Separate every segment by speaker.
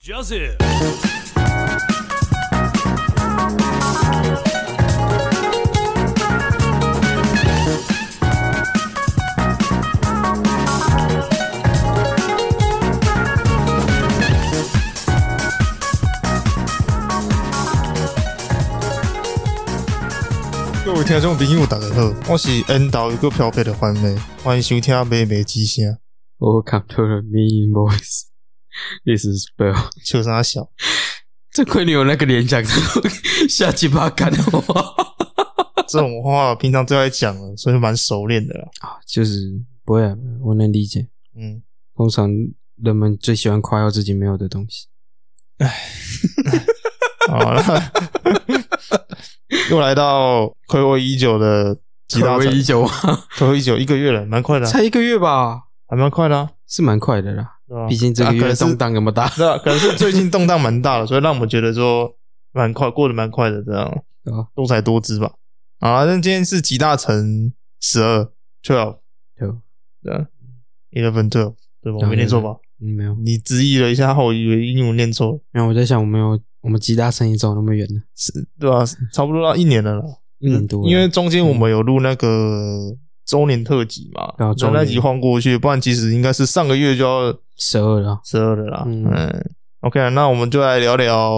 Speaker 1: Joseph。
Speaker 2: 各位听众朋友，大家好，我是缘投一个漂泊的番妹，欢迎收听《妹妹之声》。
Speaker 3: Welcome to the mean boys. This is Bill.
Speaker 2: 笑啥笑？
Speaker 3: 这亏你有那个联想， 下鸡巴干的话
Speaker 2: 这种话平常最爱讲了，所以蛮熟练的啦。
Speaker 3: 啊，就是不会、啊，我能理解。
Speaker 2: 嗯，
Speaker 3: 通常人们最喜欢夸耀自己没有的东西。
Speaker 2: 好了，啊 又来到暌违已久的吉大
Speaker 3: 暌
Speaker 2: 展
Speaker 3: 违，已久啊，
Speaker 2: 暌违已久一个月了，蛮快的啊，
Speaker 3: 才一个月吧，
Speaker 2: 还蛮快的啊，
Speaker 3: 是蛮快的啦。
Speaker 2: 对吧
Speaker 3: 毕竟这个
Speaker 2: 啊可
Speaker 3: 月
Speaker 2: 能是
Speaker 3: 动荡那么 大，
Speaker 2: 对啊，可能是最近动荡蛮大的，所以让我们觉得说蛮快，过得蛮快的这样，
Speaker 3: 对吧？
Speaker 2: 多才多姿吧。好啊，那今天是吉大城十二啊 twelve
Speaker 3: 就
Speaker 2: 对啊 eleven twelve，对啊吧？我
Speaker 3: 对
Speaker 2: 没念错吧？
Speaker 3: 嗯没有
Speaker 2: 你直译了一下后，我以为英文念错了，
Speaker 3: 没有，我在想我们有我们吉大生意走那么远呢，
Speaker 2: 是对吧、差不多到一年了啦，
Speaker 3: 一年多了，
Speaker 2: 因为中间我们有录那个周年特辑嘛，
Speaker 3: 对啊周
Speaker 2: 那
Speaker 3: 年
Speaker 2: 那集晃过去，不然其实应该是上个月就要
Speaker 3: 十二了啊，
Speaker 2: 十二了啦。嗯
Speaker 3: 嗯
Speaker 2: o k 那我们就来聊聊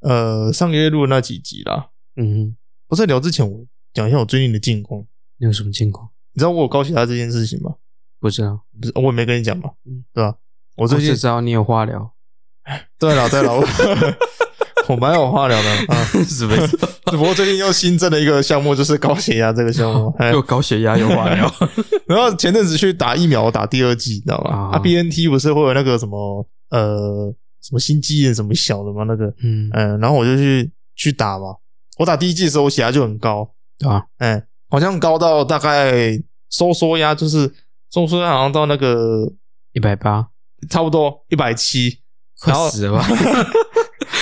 Speaker 2: 呃上个月录的那几集啦。
Speaker 3: 嗯，
Speaker 2: 不是聊之前，我讲一下我最近的近况。
Speaker 3: 你有什么情况？
Speaker 2: 你知道我有高血压这件事情吗？
Speaker 3: 不知道，
Speaker 2: 不是，我也没跟你讲嘛，
Speaker 3: 嗯
Speaker 2: 对吧、我
Speaker 3: 我
Speaker 2: 最近
Speaker 3: 只知道你有化疗，
Speaker 2: 对了对了，我 我蛮有话聊 的啊。
Speaker 3: 是 不是？
Speaker 2: 只不过最近又新增了一个项目，就是高血压这个项目。哎
Speaker 3: 又高血压又化疗，
Speaker 2: 然后前阵子去打疫苗，打第二剂，你知道吗？
Speaker 3: 啊
Speaker 2: 啊，BNT 不是会有那个什么呃什么心肌炎什么小的吗？那个，
Speaker 3: 嗯，
Speaker 2: 嗯，然后我就去去打嘛。我打第一剂的时候，我血压就很高，
Speaker 3: 对吧？
Speaker 2: 哎，好像高到大概收缩压就是收缩压好像到那个
Speaker 3: 一百八，
Speaker 2: 差不多一百七，
Speaker 3: 快
Speaker 2: 然后
Speaker 3: 死了吧？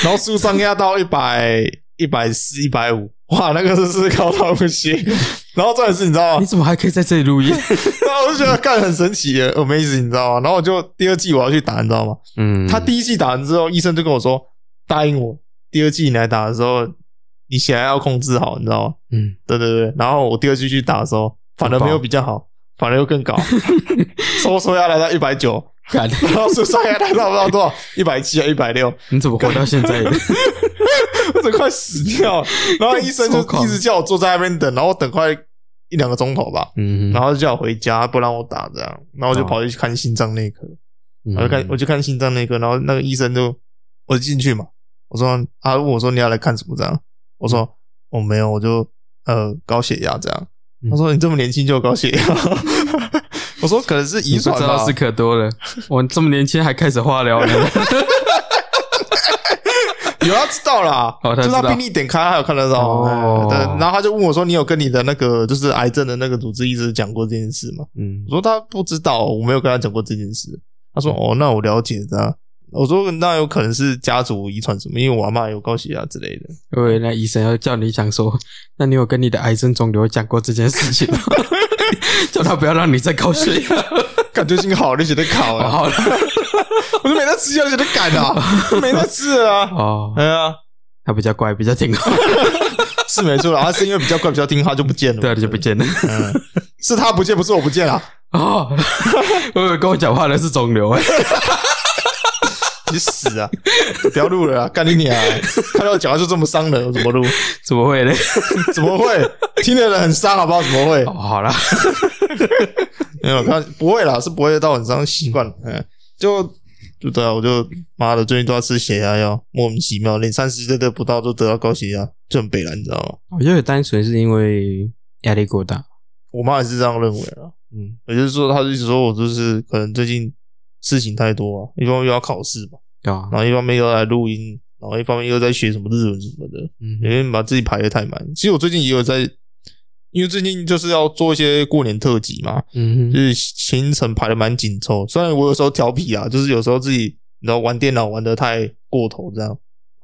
Speaker 2: 然后舒张压到一百一百四、一百五，哇，那个真是高到不行。 然后重点是，你知道吗
Speaker 3: 你？怎么还可以在这里录音？
Speaker 2: 然 后我就觉得干很神奇耶，amazing，你知道吗？然后我就第二季我要去打，你知道吗？
Speaker 3: 嗯，
Speaker 2: 他第一季打完之后，医生就跟我说，答应我，第二季你来打的时候，你血压要控制好，你知道吗？
Speaker 3: 嗯，
Speaker 2: 对对对。然后我第二季去打的时候，反而没有比较好，反而又更 高，收缩压来到一百九，
Speaker 3: 干，
Speaker 2: 然后舒张压来到不知道多少，一百七啊，一百六，
Speaker 3: 你怎么活到现在的？
Speaker 2: 我都快死掉了。然后医生就
Speaker 3: 超狂
Speaker 2: 一直叫我坐在那边等，然后等快一两个钟头吧。
Speaker 3: 嗯，
Speaker 2: 然后就叫我回家，不让我打这样，然后我就跑去看心脏内科，
Speaker 3: 嗯
Speaker 2: 我就看我就看心脏内科，然后那个医生就我就进去嘛，我说他问我说你要来看什么这样，我说我、没有，我就呃高血压这样，
Speaker 3: 嗯
Speaker 2: 他说你这么年轻就有高血压， 我说可能是遗
Speaker 3: 你不
Speaker 2: 传
Speaker 3: 知
Speaker 2: 吧
Speaker 3: 道是，可多了，我这么年轻还开始化疗呢，
Speaker 2: 有他知道啦，
Speaker 3: 哦他
Speaker 2: 就
Speaker 3: 知
Speaker 2: 是
Speaker 3: 道
Speaker 2: 他病历点开他有看得到，
Speaker 3: 哦
Speaker 2: 哎对，然后他就问我说你有跟你的那个就是癌症的那个主治医师讲过这件事吗？
Speaker 3: 嗯
Speaker 2: 我，说他不知道，我没有跟他讲过这件事。他说哦，那我了解的啊。我说那有可能是家族遗传什么，因为我阿妈有高血压之类的。
Speaker 3: 因为那医生要叫你讲说，那你有跟你的癌症肿瘤讲过这件事 情吗？叫他不要让你再高血压。
Speaker 2: 感觉幸好那些在考
Speaker 3: 哦
Speaker 2: 啊，
Speaker 3: 好了，
Speaker 2: 我就没在吃药，那些在赶啊，没在吃了啊。
Speaker 3: 哦，
Speaker 2: 哎呀，
Speaker 3: 他比较乖，比较听 话，
Speaker 2: 是没错啦，他是因为比较怪，比较听话就不见了。
Speaker 3: 对啊，你就不。见了。
Speaker 2: 嗯，是他不见，不是我不见啊。
Speaker 3: 哦， 我以为跟我讲话的是肿瘤，哎，
Speaker 2: 你死啊！不要录了啊，干你娘啊！看到我讲话就这么伤人，我怎么录？
Speaker 3: 怎么 会呢？
Speaker 2: 怎么会？听的人很伤，好不好？怎么会
Speaker 3: 哦，？好啦，
Speaker 2: 没有，他不会啦，是不会到很伤，习惯了。嗯，就就对啊，我就妈的，最近都要吃血压药，莫名其妙，连三十岁都不到就得到高血压，就很悲了，你知道吗？
Speaker 3: 我觉得哦单纯是因为压力过大。
Speaker 2: 我妈也是这样认为啊。
Speaker 3: 嗯，
Speaker 2: 也就是说，她就一直说我就是可能最近事情太多啊，一方面又要考试嘛，
Speaker 3: 对啊，
Speaker 2: 然后一方面又要来录音，然后一方面又在学什么日文什么的，因
Speaker 3: 嗯，
Speaker 2: 为把自己排的太满。其实我最近也有在，因为最近就是要做一些过年特辑嘛，
Speaker 3: 嗯
Speaker 2: 就
Speaker 3: 哼，
Speaker 2: 是行程排的蛮紧凑。虽然我有时候调皮啊，就是有时候自己你知道玩电脑玩的太过头，这样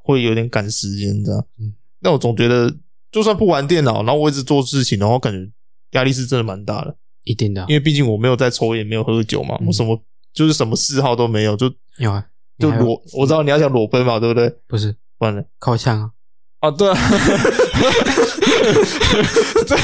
Speaker 2: 会有点赶时间这样。
Speaker 3: 嗯
Speaker 2: 但我总觉得，就算不玩电脑，然后我一直做事情，然后感觉压力是真的蛮大的。
Speaker 3: 一定的啊
Speaker 2: 因，为毕竟我没有在抽烟，没有喝酒嘛，
Speaker 3: 嗯
Speaker 2: 我什么就是什么嗜好都没有，就
Speaker 3: 有啊，
Speaker 2: 就
Speaker 3: 你还有
Speaker 2: 裸，我知道你要讲裸奔嘛，对不对？
Speaker 3: 不是
Speaker 2: 完了
Speaker 3: 靠墙啊，
Speaker 2: 啊， 对啊，这这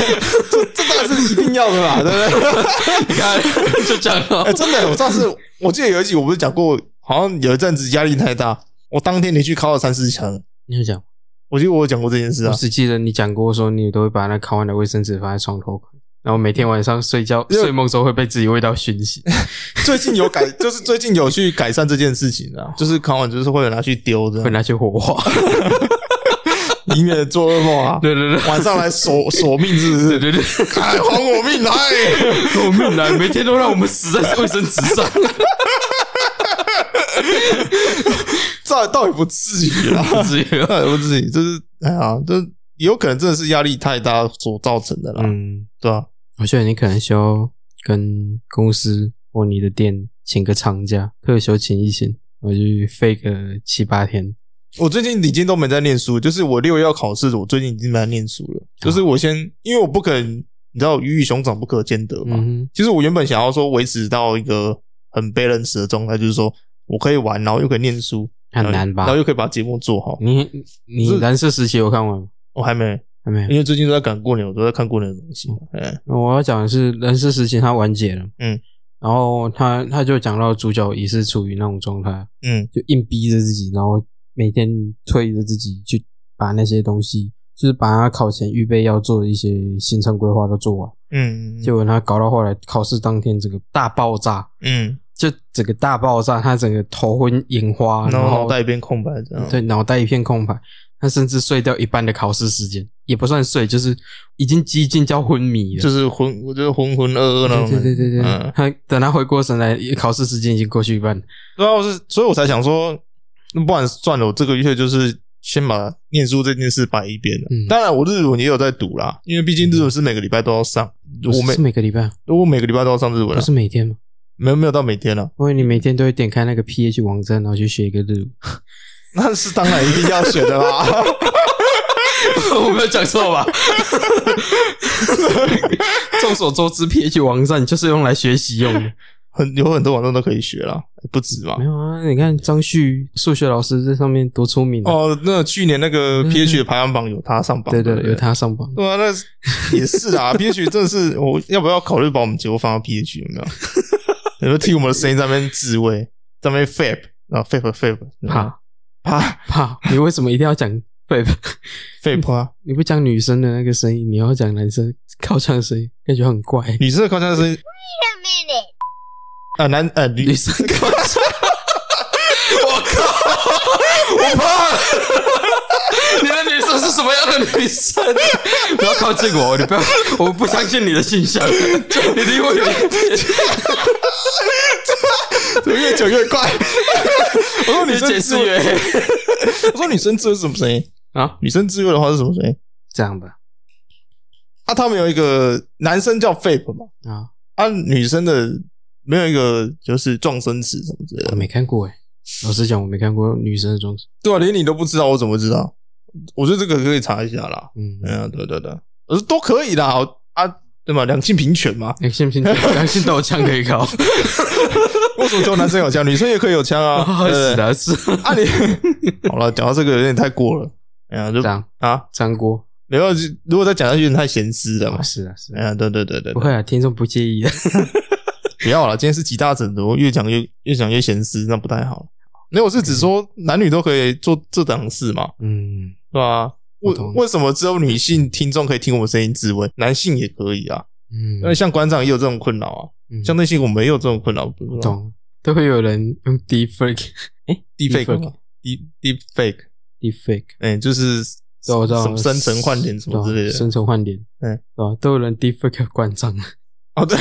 Speaker 2: 这当然是一定要的嘛，对不
Speaker 3: 哦
Speaker 2: 对？
Speaker 3: 你看就这样
Speaker 2: 哎、
Speaker 3: 哦，
Speaker 2: 真的，我上次我记得有一集我不是讲过，好像有一阵子压力太大，我当天连续考了三四枪，
Speaker 3: 你有讲，
Speaker 2: 我记得我有讲过这件事
Speaker 3: 我
Speaker 2: 啊，
Speaker 3: 只记得你讲过说你都会把那烤完的卫生纸放在床头柜，然后每天晚上睡觉
Speaker 2: 因为
Speaker 3: 睡梦时候会被自己味道熏 醒。
Speaker 2: 最近有改，就是最近有去改善这件事情啊，就是考完就是会有拿去丢这
Speaker 3: 会
Speaker 2: 样，
Speaker 3: 拿去火化。
Speaker 2: 以免做噩梦啊，
Speaker 3: 对对对，
Speaker 2: 晚上来索索命是不是？
Speaker 3: 对对对，
Speaker 2: 哎，还我命哎来！
Speaker 3: 我命来，每天都让我们死在卫生纸 上。
Speaker 2: 这倒也不至于啦，
Speaker 3: 至于
Speaker 2: 倒也不至于，就是哎呀，就是有可能真的是压力太大所造成的啦，
Speaker 3: 嗯，
Speaker 2: 对吧、
Speaker 3: 我觉得你可能需要跟公司或你的店请个长假，特休请一请，我去飞个七八天。
Speaker 2: 我最近已经都没在念书，就是我六月要考试，我最近已经没在念书了。
Speaker 3: 啊
Speaker 2: 就是我先，因为我不可能，你知道鱼与熊掌不可兼得嘛。
Speaker 3: 嗯
Speaker 2: 其实我原本想要说维持到一个很 balance 的状态，就是说我可以玩，然后又可以念书，
Speaker 3: 哼，很难
Speaker 2: 然后
Speaker 3: 吧？嗯
Speaker 2: 又可以把节目做好。
Speaker 3: 你你
Speaker 2: 是
Speaker 3: 蓝色时期有看完吗？
Speaker 2: 我还没，
Speaker 3: 还没有。
Speaker 2: 因为最近都在赶过年，我都在看过年的东西。
Speaker 3: 嗯
Speaker 2: 哎，
Speaker 3: 我要讲的是蓝色时期它完结了。
Speaker 2: 嗯。
Speaker 3: 然后他他就讲到主角也是处于那种状态，
Speaker 2: 嗯
Speaker 3: 就硬逼着自己，然后每天推着自己去把那些东西，就是把他考前预备要做的一些行程规划都做完。
Speaker 2: 嗯
Speaker 3: 结果他搞到后来考试当天，整个大爆炸，
Speaker 2: 嗯，
Speaker 3: 就整个大爆炸，他整个头昏眼花，
Speaker 2: 然
Speaker 3: 然
Speaker 2: 后
Speaker 3: 后
Speaker 2: 脑袋一片空白这样。
Speaker 3: 对脑袋一片空白，他甚至睡掉一半的考试时间，也不算睡，就是已经接近叫昏迷了。
Speaker 2: 就是是浑，我觉得浑浑噩噩那种。
Speaker 3: 对对对对，
Speaker 2: 嗯
Speaker 3: 对，他等他回过神来，考试时间已经过去一半了。
Speaker 2: 对啊，我是，所以我才想说，那不然算了，我这个月就是先把念书这件事摆一边了。
Speaker 3: 嗯
Speaker 2: 当然，我日文也有在读啦，因为毕竟日文是每个礼拜都要上，我
Speaker 3: 不
Speaker 2: 每
Speaker 3: 嗯是每个啊礼拜，
Speaker 2: 我每个礼拜都要上日文
Speaker 3: 不
Speaker 2: 了
Speaker 3: 是，每天吗？
Speaker 2: 没有没有到每天了，啊
Speaker 3: 因为你每天都会点开那个 PH 网站，然后去学一个日文。
Speaker 2: 那是当然一定要学的啦。
Speaker 3: 我没有讲错吧？ 众所周知，PH 网站就是用来学习用的。
Speaker 2: 很有很多网站都可以学啦，不止嘛
Speaker 3: 没。有啊，你看张旭数学老师在上面多出名、啊、哦，
Speaker 2: 哦，那去年那个
Speaker 3: 嗯
Speaker 2: PH 的排行榜有他上榜，
Speaker 3: 对
Speaker 2: 对
Speaker 3: 对，
Speaker 2: 不
Speaker 3: 有。他上榜。
Speaker 2: 对啊，那也是啊，PH 真的是，我要不要考虑把我们节目放到 PH 有没 有？有没有听我们的声音在那边自慰，在那边 fap 啊 fap fap
Speaker 3: 怕
Speaker 2: 啪
Speaker 3: 怕，你为什么一定要讲对？
Speaker 2: fap 啊！
Speaker 3: 你不讲女生的那个声音，你要讲男生靠墙的声音，感觉很怪。
Speaker 2: 女生的高腔声
Speaker 1: a
Speaker 2: 音
Speaker 1: minute.
Speaker 2: 啊，男呃女
Speaker 3: 女生靠墙， 我靠，我怕 了。你的女生是什么样的女生？ 不要靠近我，你不要，我不相信你的性向，你离我远一点。
Speaker 2: 越讲越怪。 我说女
Speaker 3: 你
Speaker 2: 生
Speaker 3: 解
Speaker 2: 自
Speaker 3: 释
Speaker 2: 慰，
Speaker 3: 员
Speaker 2: 我说女生自慰是什么声音？
Speaker 3: 啊，
Speaker 2: 女生自慰的话是什么声音？
Speaker 3: 这样吧，
Speaker 2: 啊，他们有一个男生叫 fap 嘛，
Speaker 3: 啊，
Speaker 2: 啊，女生的没有一个就是撞声词什么之类
Speaker 3: 我
Speaker 2: 的。
Speaker 3: 没看 过哎、老实讲，我没看过女生的装饰。
Speaker 2: 对啊，连你都不知道，我怎么知道？我觉得这个可以查一下啦。
Speaker 3: 嗯，。
Speaker 2: 哎呀，对对对，我说都可以啦，我啊，对嘛，两性平权嘛
Speaker 3: 良性平均，良性斗枪可以搞，
Speaker 2: 为什么只有男生有 枪，女生也可以有枪啊？对
Speaker 3: 是
Speaker 2: 不对
Speaker 3: 的，是的
Speaker 2: 啊你 好了，讲到这个有点太过了。哎呀，就
Speaker 3: 这样，
Speaker 2: 啊，
Speaker 3: 张锅，
Speaker 2: 没有，如果再讲下去有点太咸湿了嘛
Speaker 3: 啊。是的，是
Speaker 2: 哎
Speaker 3: 的，
Speaker 2: 呀，对对对对，
Speaker 3: 不
Speaker 2: 对
Speaker 3: 会啊，听众不介 意的。
Speaker 2: 不要了，今天是极大整的，我越讲越越讲越咸湿，那不太好。没有，我是只说男女都可以做这档事嘛，
Speaker 3: 嗯，
Speaker 2: 对吧、为
Speaker 3: 我懂
Speaker 2: 为什么只有女性听众可以听我们声音自慰，男性也可以啊？
Speaker 3: 嗯
Speaker 2: 因为像馆长也有这种困扰啊，
Speaker 3: 嗯
Speaker 2: 像那些我们也有这种困扰，不
Speaker 3: 不懂，都会有人用 deepfake，哎
Speaker 2: deepfake 嘛，deep deep fake，
Speaker 3: ，deepfake，
Speaker 2: 哎、就是
Speaker 3: 对，啊我知道，
Speaker 2: 什么生成换脸什么之类
Speaker 3: 对
Speaker 2: 的。
Speaker 3: 啊生成换脸，
Speaker 2: 嗯，
Speaker 3: 对啊吧？都有人 deepfake 关 账，
Speaker 2: 哦，对，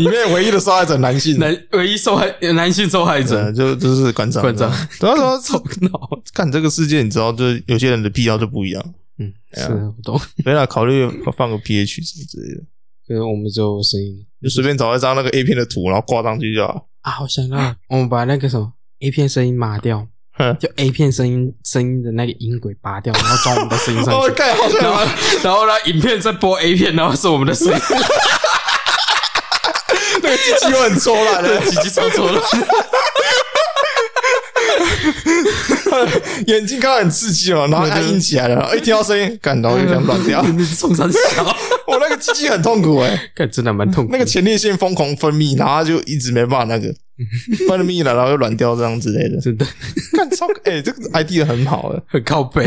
Speaker 2: 里面唯一的受害者 男性，
Speaker 3: 男唯一受害男性受害
Speaker 2: 对
Speaker 3: 者，
Speaker 2: 就就是馆长，
Speaker 3: 馆长
Speaker 2: 对啊，啊然后
Speaker 3: 操
Speaker 2: 说，
Speaker 3: 脑，
Speaker 2: 看这个世界，你知道，就是有些人的癖好就不一样。
Speaker 3: 嗯，
Speaker 2: 对
Speaker 3: 是
Speaker 2: 啊
Speaker 3: 的，我懂，
Speaker 2: 没啦，考虑放个 PH 什么之类的，
Speaker 3: 可是我们只有声音
Speaker 2: 就随便找一张那个 A 片的图，然后挂上去就好。
Speaker 3: 啊，我想到了， 我们把那个什么 A 片声音码掉。
Speaker 2: 哼
Speaker 3: 就 A 片声音声音的那个音轨拔掉，然后装我们的声音 上去，
Speaker 2: 哦干，好
Speaker 3: 然后然后呢，影片在播 A 片，然后是我们的声音，
Speaker 2: 那个机器又很抽烂
Speaker 3: 对，
Speaker 2: 的，
Speaker 3: 叽叽喳喳的。
Speaker 2: 眼睛看到很刺激哦，然后按硬起来了，然后一听到声音，感到又想软 掉。
Speaker 3: 你 冲上笑，
Speaker 2: 我那个鸡鸡很痛苦哎、
Speaker 3: 看真的蛮痛苦。
Speaker 2: 那个前列腺疯狂分泌，然后它就一直没办法那个
Speaker 3: 嗯
Speaker 2: 分泌了，然后又软掉这样之 类的。
Speaker 3: 真的
Speaker 2: 看超哎、这个 idea 很好哎、
Speaker 3: 很靠背，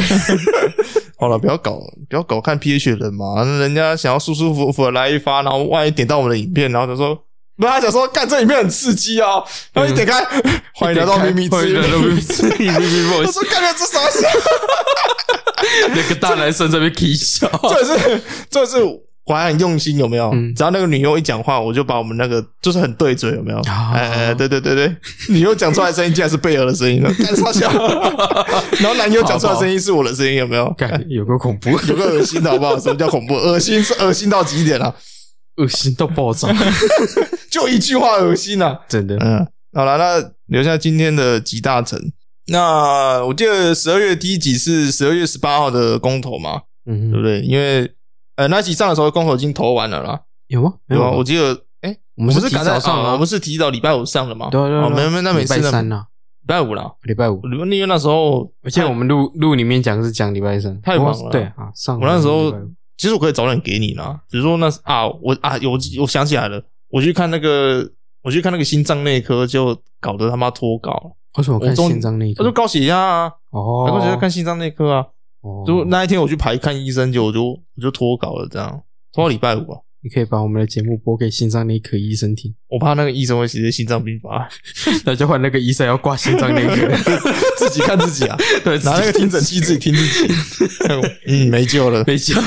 Speaker 2: 好了，不要搞不要搞看 PH 人嘛，人家想要舒舒服服的来一发，然后万一点到我们的影片，然后就说。不是，他想说，干这影片很刺激哦，然后一点开，
Speaker 3: 嗯
Speaker 2: 欢迎 来到秘密
Speaker 3: 欢
Speaker 2: 之
Speaker 3: 迎来到
Speaker 2: 旅。
Speaker 3: 秘密之 旅，秘 密
Speaker 2: 我
Speaker 3: 冒险
Speaker 2: 说，干了这啥事？
Speaker 3: 那个大男生在那边起笑，
Speaker 2: 这是这是我还很用心，有没有？
Speaker 3: 嗯
Speaker 2: 只要那个女优一讲话，我就把我们那个就是很对嘴，有没有？哎、
Speaker 3: 啊
Speaker 2: 哎对对对对， 女优讲出来的声音竟然是贝尔的声音，干啥 笑？然后男优讲出来的声音是我的声音，有没有？
Speaker 3: 干有个恐怖，
Speaker 2: 有个恶心的好不好？什么叫恐怖？恶心是恶心到极点啊！
Speaker 3: 恶心到 爆炸，
Speaker 2: 就一句话恶心啊！
Speaker 3: 真的。
Speaker 2: 嗯，好了，那留下今天的集大成。那我记得十二月第一集是十二月十八号的公投嘛，对不
Speaker 3: 嗯，
Speaker 2: 对？因为呃那集上的时候公投已经投完了啦，
Speaker 3: 有吗？
Speaker 2: 对吧？
Speaker 3: 我
Speaker 2: 我记得，哎，
Speaker 3: 我们
Speaker 2: 我
Speaker 3: 是
Speaker 2: 们
Speaker 3: 提
Speaker 2: 赶
Speaker 3: 早
Speaker 2: 在
Speaker 3: 上
Speaker 2: 啊
Speaker 3: 啊，
Speaker 2: 我们是提早礼拜五上的嘛？
Speaker 3: 对啊对啊
Speaker 2: 哦
Speaker 3: 对啊，
Speaker 2: 没没那
Speaker 3: 礼
Speaker 2: 没事
Speaker 3: 拜
Speaker 2: 的，
Speaker 3: 三
Speaker 2: 礼
Speaker 3: 呐，
Speaker 2: 拜五啦。
Speaker 3: 礼拜五
Speaker 2: 我。因为那时候，
Speaker 3: 而且我们录录里面讲是讲礼拜三，
Speaker 2: 太忙了
Speaker 3: 对啊，上
Speaker 2: 我那时候
Speaker 3: 礼拜五
Speaker 2: 其实我可以早点给你啦，只是说那时啊，我啊，有我想起来了，我去看那个，我去看那个心脏内科，就搞得他妈脱稿，
Speaker 3: 为什么看
Speaker 2: 我终于
Speaker 3: 宪章那一
Speaker 2: 他就
Speaker 3: 个？
Speaker 2: 高血压啊，
Speaker 3: 哦，
Speaker 2: 高血压看心脏内科啊。
Speaker 3: 哦，
Speaker 2: 就那一天我去排看医生，就我就我就脱稿了，这样拖到礼拜五啊。
Speaker 3: 你可以把我们的节目播给心脏内科医生听，
Speaker 2: 我怕那个医生会直接心脏病发，
Speaker 3: 那就换那个医生要挂心脏内科，
Speaker 2: 自己看自己 啊，
Speaker 3: 对，
Speaker 2: 拿那个听诊器自己听自己。 嗯，没救了，
Speaker 3: 没讲，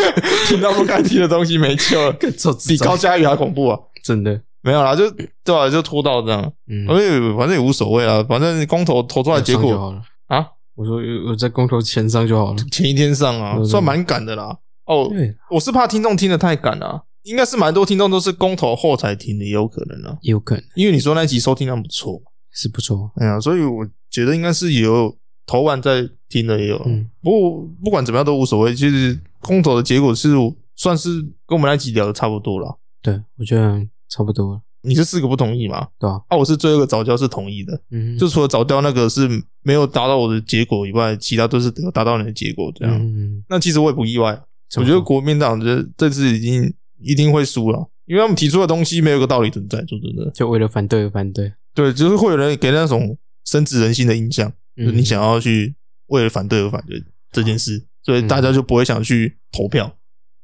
Speaker 2: 听到不该听的东西没 救了，
Speaker 3: 这
Speaker 2: 比高佳宇还恐怖啊！
Speaker 3: 真的，
Speaker 2: 没有啦，就对吧、就拖到这样，
Speaker 3: 嗯，
Speaker 2: 而且反正也无所谓啦，反正公投投出来结
Speaker 3: 上就
Speaker 2: 果
Speaker 3: 好了。
Speaker 2: 啊，
Speaker 3: 我说我在公投前上就好了，
Speaker 2: 前一天上啊，
Speaker 3: 嗯
Speaker 2: 算蛮赶的啦。哦，
Speaker 3: 对，
Speaker 2: 我是怕听众听得太赶了、应该是蛮多听众都是公投后才听的，也有可能啊。
Speaker 3: 有可能
Speaker 2: 因为你说那一集收听量不错，
Speaker 3: 是不错，
Speaker 2: 哎呀，所以我觉得应该是有投完再听的也有。
Speaker 3: 嗯
Speaker 2: 不过不管怎么样都无所谓，其实公投的结果是算是跟我们那集聊的差不多了。
Speaker 3: 对我觉得差不多了，
Speaker 2: 你是四个不同意嘛？
Speaker 3: 对吧？
Speaker 2: 啊，我是最后一个早教是同意的，
Speaker 3: 嗯，
Speaker 2: 就除了早教那个是没有达到我的结果以外，其他都是有达到你的结果这样。
Speaker 3: 嗯，
Speaker 2: 那其实我也不意外，啊我
Speaker 3: 怎么
Speaker 2: 觉
Speaker 3: 说
Speaker 2: 得国民党这这次已经一定会输了，因为他们提出的东西没有一个道理存在。说真的，
Speaker 3: 就为了反对而反对，
Speaker 2: 对，就是会有人给那种深植人心的印象，就是你
Speaker 3: 嗯
Speaker 2: 想要去为了反对而反对这件事，所以大家就不会想去投票，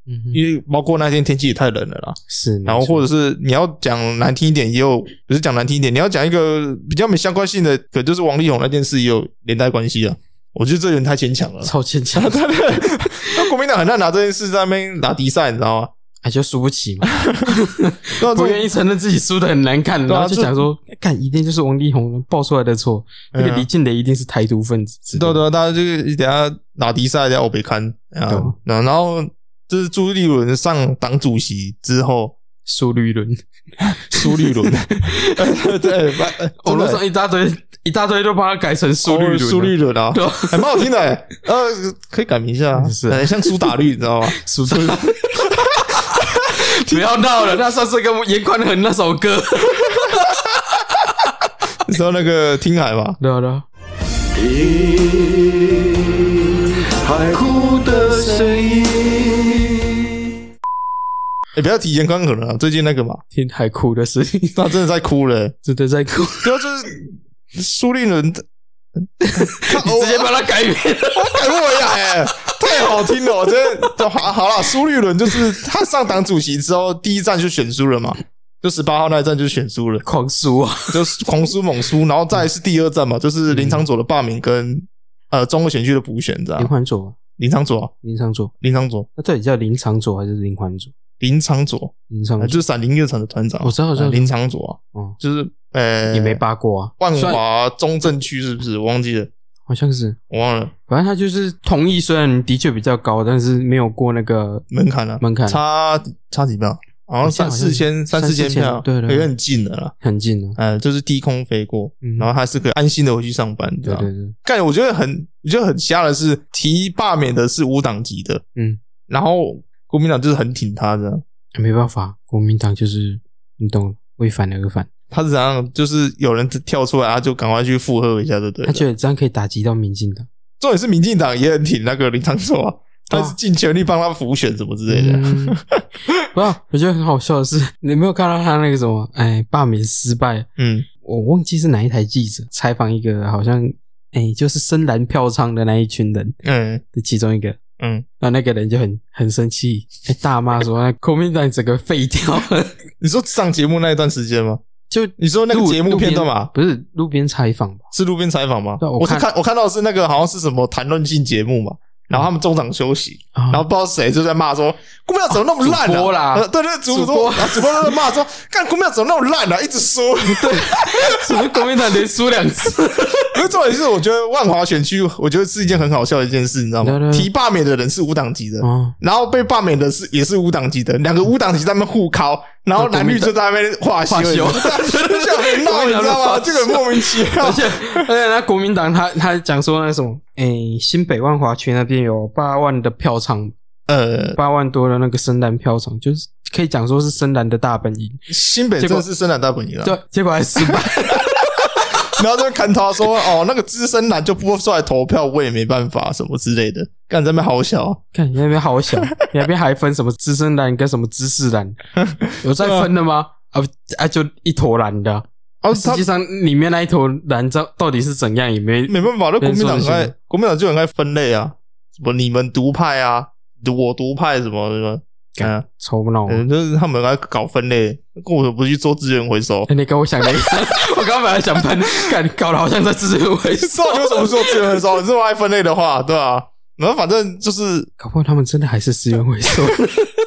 Speaker 3: 嗯
Speaker 2: 因为包括那天天气也太冷了啦。
Speaker 3: 是，
Speaker 2: 然后
Speaker 3: 没错。
Speaker 2: 或者是你要讲难听一点，也有不是讲难听一点，你要讲一个比较没相关性的，可能就是王力宏那件事也有连带关系啊。我觉得这人太牵强了
Speaker 3: 超牵强，
Speaker 2: 那国民党很难拿这件事在那边打敌赛，你知道吗？
Speaker 3: 哎，就输不起 嘛，
Speaker 2: 那
Speaker 3: 不愿意承认自己输的很难看，
Speaker 2: 对啊
Speaker 3: 然后就
Speaker 2: 这
Speaker 3: 想说，看一定就是王力宏爆出来的错，那
Speaker 2: 嗯
Speaker 3: 个李静蕾一定是台独分子之类
Speaker 2: 对啊
Speaker 3: 的，
Speaker 2: 对，大家就是等下打敌赛，等下我被看
Speaker 3: 对
Speaker 2: 啊
Speaker 3: 啊。
Speaker 2: 然后这是朱立伦上党主席之后，
Speaker 3: 苏绿伦，
Speaker 2: 苏立 伦对，把呃
Speaker 3: 网络
Speaker 2: 真的
Speaker 3: 上一大堆一大堆都把它改成苏绿
Speaker 2: 哦
Speaker 3: 伦了，
Speaker 2: 苏立伦啊
Speaker 3: 对啊，
Speaker 2: 还蛮好听的欸，呃，可以改名一下啊，
Speaker 3: 是啊
Speaker 2: 呃像苏打绿，你知道吗？
Speaker 3: 苏打绿。不要闹了，那上次跟严宽恒那首 歌。
Speaker 2: 你知道那个听海 吗？
Speaker 3: 对啊对啊，
Speaker 1: 海哭的声音。
Speaker 2: 也不要提严宽可能啊，最近那个嘛，啊
Speaker 3: 听海哭的声音，
Speaker 2: 他真的在哭了欸，
Speaker 3: 真的在哭，你
Speaker 2: 对啊，就是苏立 伦，
Speaker 3: 直接把它改变 了。
Speaker 2: 改不回来欸， 太好听了，我真的好好了。苏立伦就是他上党主席之后，第一站就选输了嘛，就十八号那一站就选输了，
Speaker 3: 狂输啊！
Speaker 2: 就是狂输猛输，然后再来是第二站嘛，就是林长佐的罢免跟呃中国选区的补选这
Speaker 3: 林
Speaker 2: 样。
Speaker 3: 环佐啊，
Speaker 2: 林长佐啊，
Speaker 3: 林长佐，
Speaker 2: 林长佐，
Speaker 3: 那到底叫林长佐还是林环佐？
Speaker 2: 林长佐，
Speaker 3: 林长
Speaker 2: 呃
Speaker 3: 佐
Speaker 2: 就是闪灵乐团的团长，
Speaker 3: 我知道我知道
Speaker 2: 呃林长佐啊，
Speaker 3: 哦，
Speaker 2: 就是呃
Speaker 3: 也没扒过啊，
Speaker 2: 万
Speaker 3: 虽然
Speaker 2: 华中正区是不是？我忘记了，
Speaker 3: 好像是，
Speaker 2: 我忘了
Speaker 3: 反正他就是同意，虽然的确比较高，但是没有过那个
Speaker 2: 门槛了、
Speaker 3: 门槛
Speaker 2: 差差几票，好像三
Speaker 3: 好像
Speaker 2: 四千、三
Speaker 3: 三
Speaker 2: 四千
Speaker 3: 四千
Speaker 2: 票，
Speaker 3: 对对对
Speaker 2: 也很近的啦。
Speaker 3: 很近啊。
Speaker 2: 呃，就是低空飞过，
Speaker 3: 嗯
Speaker 2: 然后啊还是可以安心的回去上班，这
Speaker 3: 对
Speaker 2: 样。
Speaker 3: 对对，
Speaker 2: 干，我觉得很，我觉得很瞎的是，提罢免的是无党籍的，
Speaker 3: 嗯，
Speaker 2: 然后国民党就是很挺他这样。
Speaker 3: 没办法，国民党就是你懂了，为反而反。
Speaker 2: 他是怎样？就是有人跳出来，他就赶快去附和一下，对不对啊
Speaker 3: 他
Speaker 2: 了？
Speaker 3: 觉得这样可以打击到民进党
Speaker 2: 重点是民进党也很挺那个林长寿啊，但是尽全力帮他辅选什么之类的。
Speaker 3: 哦嗯不是，我觉得很好笑的是，你没有看到他那个什么，哎，罢免失败，
Speaker 2: 嗯，
Speaker 3: 我忘记是哪一台记者采访一个好像，哎，就是深蓝票仓的那一群人
Speaker 2: 嗯
Speaker 3: 的其中一个，
Speaker 2: 嗯，
Speaker 3: 那那个人就很很生气，哎大骂说那国民党整个废掉了，
Speaker 2: 你说上节目那一段时间吗？
Speaker 3: 就
Speaker 2: 你说那个
Speaker 3: 路
Speaker 2: 节目
Speaker 3: 路边
Speaker 2: 片段吧，
Speaker 3: 不是路边采访吧？
Speaker 2: 是路边采访吗？
Speaker 3: 对我
Speaker 2: 我是
Speaker 3: 看
Speaker 2: 看我看到的是那个好像是什么谈论性节目嘛，然后他们中场休息，
Speaker 3: 然
Speaker 2: 然 后不知道谁就在骂说郭庙怎么那么烂
Speaker 3: 啊主播啦
Speaker 2: 啊？呃对对，主
Speaker 3: 主
Speaker 2: 播
Speaker 3: 播
Speaker 2: 啊主播都在骂说，干郭庙怎么那么烂啊？一直输。
Speaker 3: 什么国民党连输两次，
Speaker 2: 因为重点是，我觉得万华选区，我觉得是一件很好笑的一件事，你知道
Speaker 3: 对
Speaker 2: 吗？
Speaker 3: 对对
Speaker 2: 提罢免的人是无党籍的，
Speaker 3: 哦，
Speaker 2: 然后被罢免的是也是无党籍的，两个无党籍在那边互敲，然后蓝绿就在那边化修，
Speaker 3: 化修
Speaker 2: 笑人闹，你知道吗？这个莫名其妙
Speaker 3: 而。且而且那国民党他他讲说那什么，哎、新北万华区那边有八万的票仓，
Speaker 2: 呃，
Speaker 3: 八万多的那个深蓝票仓，就是可以讲说是深蓝的大本营，
Speaker 2: 新北真的是深蓝大本营啊。
Speaker 3: 对，结果还失败，
Speaker 2: 然后就看他说：“哦，那个资深蓝就不出来投票，我也没办法，什么之类的。”干这边好小，哦
Speaker 3: 看你那边 好小，你那边还分什么资深蓝跟什么知识蓝，有在分的吗？啊不啊，就一坨蓝的啊、
Speaker 2: 哦，
Speaker 3: 实
Speaker 2: 他
Speaker 3: 际上里面那一坨蓝到到底是怎样也没
Speaker 2: 没办法，那国民党
Speaker 3: 没
Speaker 2: 很
Speaker 3: 错
Speaker 2: 爱
Speaker 3: 没错，
Speaker 2: 国民党就很爱分类啊，什么你们独派啊，我独派什么什么，
Speaker 3: 干
Speaker 2: 嗯
Speaker 3: 抽脑、啊。
Speaker 2: 嗯，就是他们很爱搞分类，我不去做资源回收。
Speaker 3: 欸 你跟我想的一样，我刚本来想喷，干搞得好像在自认为
Speaker 2: 知道你为什么不做资源回收？你这么爱分类的话，对吧、然后反正就是
Speaker 3: 搞不好他们真的还是资源 回收。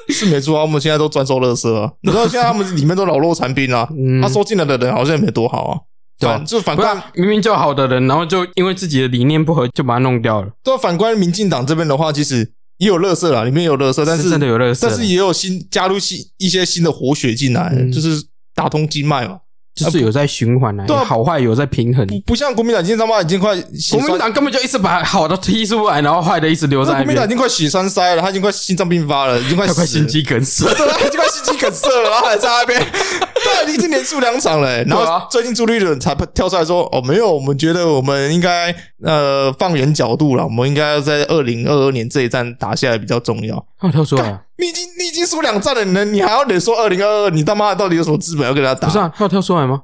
Speaker 2: 是没错啊，他们现在都专收垃圾啊。你知道现在他们里面都老弱残兵啊，
Speaker 3: 嗯
Speaker 2: 他收进来的人好像也没多好啊。
Speaker 3: 对啊
Speaker 2: 反就反
Speaker 3: 不
Speaker 2: 观
Speaker 3: 然明明就好的人，然后就因为自己的理念不合，就把它弄掉了。
Speaker 2: 对，啊反观民进党这边的话，其实也有垃圾啦，里面有垃圾，但是
Speaker 3: 是真的有垃圾
Speaker 2: 但是也有新加入新一些新的活血进来，
Speaker 3: 嗯
Speaker 2: 就是打通经脉嘛。
Speaker 3: 就是有在循环啊，
Speaker 2: 对啊
Speaker 3: 好坏有在平衡。
Speaker 2: 不不像国民党已经他妈已经快
Speaker 3: 国
Speaker 2: 国
Speaker 3: 民党根本就一直把好的踢出来，然后坏的一直留在
Speaker 2: 国
Speaker 3: 那
Speaker 2: 民党已
Speaker 3: 边，
Speaker 2: 经快血栓塞了，他已经快心脏病发了，已经快
Speaker 3: 他
Speaker 2: 死
Speaker 3: 快
Speaker 2: 了
Speaker 3: 心肌 梗塞。
Speaker 2: 对啊，已经快心肌梗塞了，然后还在那 边，对，已经连输两场了、欸。然
Speaker 3: 对
Speaker 2: 后
Speaker 3: 啊
Speaker 2: 最近朱立伦才跳出来说：“哦，没有，我们觉得我们应该呃放远角度了，我们应该要在二零二二年这一战打下来比较重要。”
Speaker 3: 他跳出来啊，
Speaker 2: 你已经你已经输两战了，你能你还要得说二零二二？你他妈的到底有什么资本要跟他打？
Speaker 3: 不是啊，他有跳出来吗？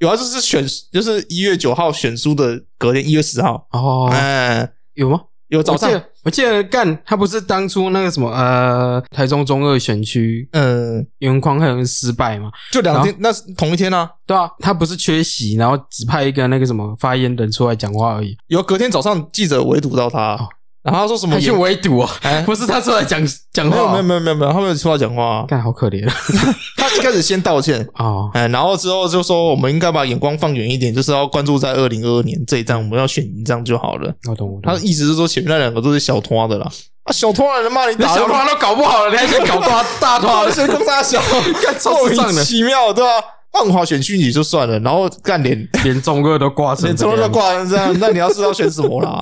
Speaker 2: 有啊，就是选就是一月九号选输的，隔天一月十号，
Speaker 3: 哦，
Speaker 2: 哎、
Speaker 3: 有吗？
Speaker 2: 有
Speaker 3: 我
Speaker 2: 早
Speaker 3: 记
Speaker 2: 上，
Speaker 3: 得我记得干他不是当初那个什么呃台中中二选区
Speaker 2: 嗯、
Speaker 3: 袁匡衡失败吗？
Speaker 2: 就两天，那是同一天啊。
Speaker 3: 对啊，他不是缺席，然后只派一个那个什么发言人出来讲话而已，
Speaker 2: 有隔天早上记者围堵到他，
Speaker 3: 哦
Speaker 2: 然后他说什么
Speaker 3: 他去
Speaker 2: 也？
Speaker 3: 围堵啊，
Speaker 2: 哎
Speaker 3: 不是他出 来讲讲
Speaker 2: 没有没有
Speaker 3: 话啊，
Speaker 2: 没有没有没有，他没有出来讲话啊、
Speaker 3: 干好可怜
Speaker 2: 他一开始先道歉，
Speaker 3: 哦，
Speaker 2: 哎，然后之后就说我们应该把眼光放远一点，就是要关注在二零二二年这一战，我们要选赢仗就好了。
Speaker 3: 我懂我懂
Speaker 2: 他，意思是说前面那两个都是小拖的啦，啊，小拖的人骂你
Speaker 3: 那
Speaker 2: 打
Speaker 3: 小花都搞不好了，你还想搞大大
Speaker 2: 哇，
Speaker 3: 团？
Speaker 2: 这公大小，干
Speaker 3: 超
Speaker 2: 莫
Speaker 3: 智障
Speaker 2: 名
Speaker 3: 的
Speaker 2: 其妙，对吧、万华选区你就算了，然后干脸
Speaker 3: 连中二都挂成
Speaker 2: 脸
Speaker 3: 这
Speaker 2: 抽
Speaker 3: 个
Speaker 2: 都
Speaker 3: 样子，
Speaker 2: 挂成这样，那你要知道选什么啦？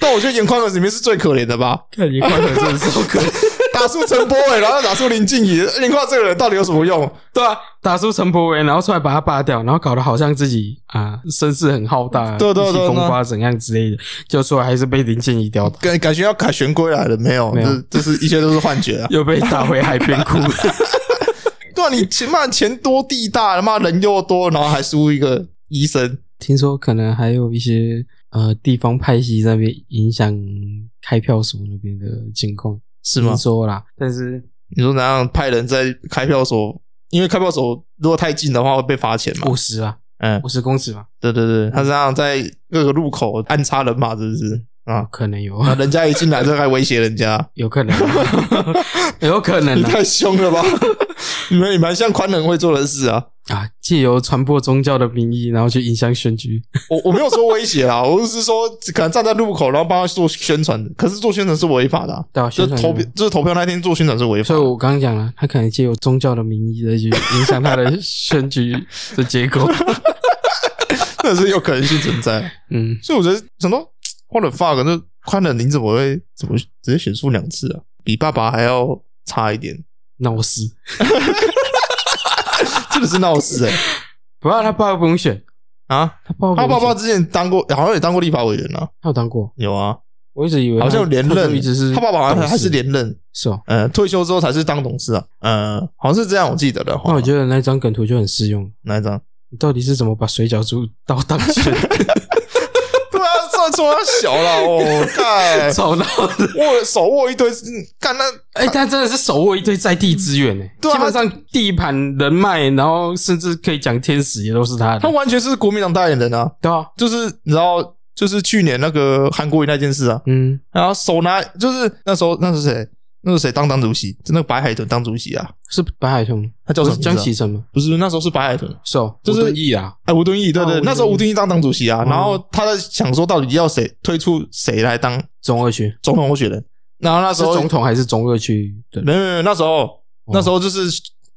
Speaker 2: 但我觉得眼眶的里面是最可怜的吧，
Speaker 3: 看你快乐真的是好 可怜。
Speaker 2: 打出陈波伟，然后打出林静怡，林冠这个人到底有什么用？
Speaker 3: 对啊，打输陈柏惟，然后出来把他罢掉，然后搞得好像自己啊声势很浩大，
Speaker 2: 对对对
Speaker 3: 意气风
Speaker 2: 那
Speaker 3: 发怎样之类的，就出来还是被林建怡吊打，
Speaker 2: 感感觉要凯旋归来了没有？
Speaker 3: 没有
Speaker 2: 这这是一切都是幻觉 啊！
Speaker 3: 又被打回海边哭。
Speaker 2: 对啊，你前嘛钱多地大，他妈人又多，然后还输一个医生，
Speaker 3: 听说可能还有一些呃地方派系在那边影响开票所那边的情况，
Speaker 2: 是
Speaker 3: 听说啦。但是
Speaker 2: 你说怎样派人在开票所？因为开票所如果太近的话会被罚钱嘛
Speaker 3: 五。十啊，
Speaker 2: 嗯，
Speaker 3: 五十公尺嘛，
Speaker 2: 对对对，他这样在各个路口安插人马，是不是啊？
Speaker 3: 可能有，
Speaker 2: 啊，人家一进来就开始威胁人 家，
Speaker 3: 有 可能，有可能
Speaker 2: 你
Speaker 3: 啊
Speaker 2: 太凶了吧？你们也蛮像宽仁会做的事啊。
Speaker 3: 啊！借由传播宗教的名义，然后去影响选举，
Speaker 2: 我我没有说威胁啦，我只是说可能站在路口，然后帮他做宣传的。可是做宣传是违法的啊、
Speaker 3: 对啊，
Speaker 2: 就
Speaker 3: 宣
Speaker 2: 是
Speaker 3: 传
Speaker 2: 投
Speaker 3: 人
Speaker 2: 票，就是投票那天做宣传是违法
Speaker 3: 所 以。我刚刚讲了，他可能借由宗教的名义的去影响他的选举的 结果。
Speaker 2: 那是有可能性存 在。
Speaker 3: 嗯，
Speaker 2: 所以我觉得想到 what the fuck，那宽仁你怎么会怎么直接选出两次啊？比爸爸还要差一点，
Speaker 3: 那我是
Speaker 2: 真的是闹事哎、
Speaker 3: 不要他爸又不用选，
Speaker 2: 啊。
Speaker 3: 他爸又不
Speaker 2: 他
Speaker 3: 用
Speaker 2: 爸爸
Speaker 3: 选
Speaker 2: 之前当过，好像也当过立法委员啊，
Speaker 3: 他有当过，
Speaker 2: 有啊，
Speaker 3: 我一直以为他
Speaker 2: 好像有连
Speaker 3: 他就
Speaker 2: 任，
Speaker 3: 一直是
Speaker 2: 他爸爸好像
Speaker 3: 董
Speaker 2: 还是
Speaker 3: 事
Speaker 2: 连任，
Speaker 3: 是哦。
Speaker 2: 呃，退休之后才是当董事啊，呃，好像是这样，我记得的话。
Speaker 3: 那我觉得那张梗图就很适用。
Speaker 2: 哪一张？
Speaker 3: 你到底是怎么把水饺猪刀当选？
Speaker 2: 对啊，这说他小了，我 干
Speaker 3: 吵闹的。
Speaker 2: 握手握一堆，嗯干那
Speaker 3: 哎、他真的是手握一堆在地资源呢、欸
Speaker 2: 对啊
Speaker 3: 基本上地盘人脉，然后甚至可以讲天使也都是他的。
Speaker 2: 他完全是国民党代言人啊，
Speaker 3: 对啊，
Speaker 2: 就是你知道，就是去年那个韩国瑜那件事啊，
Speaker 3: 嗯，
Speaker 2: 然后手拿就是那时候那是谁？那是谁当当主席？就那个白海豚当主席啊，
Speaker 3: 是白海豚，
Speaker 2: 他叫
Speaker 3: 不
Speaker 2: 什么
Speaker 3: 是
Speaker 2: 名字啊？
Speaker 3: 江启程吗？
Speaker 2: 不是那时候是白海豚，
Speaker 3: 是哦，
Speaker 2: 就是
Speaker 3: 吴敦义啊，
Speaker 2: 哎，吴敦义对
Speaker 3: 啊
Speaker 2: 对，
Speaker 3: 吴敦义
Speaker 2: 那时候吴敦义当当主席啊，
Speaker 3: 哦
Speaker 2: 然后他在想说到底要谁推出谁来当
Speaker 3: 中二区
Speaker 2: 总统候选人，然后那时
Speaker 3: 是
Speaker 2: 候
Speaker 3: 总统还是中二区的？
Speaker 2: 没有没有，那时候那时候就是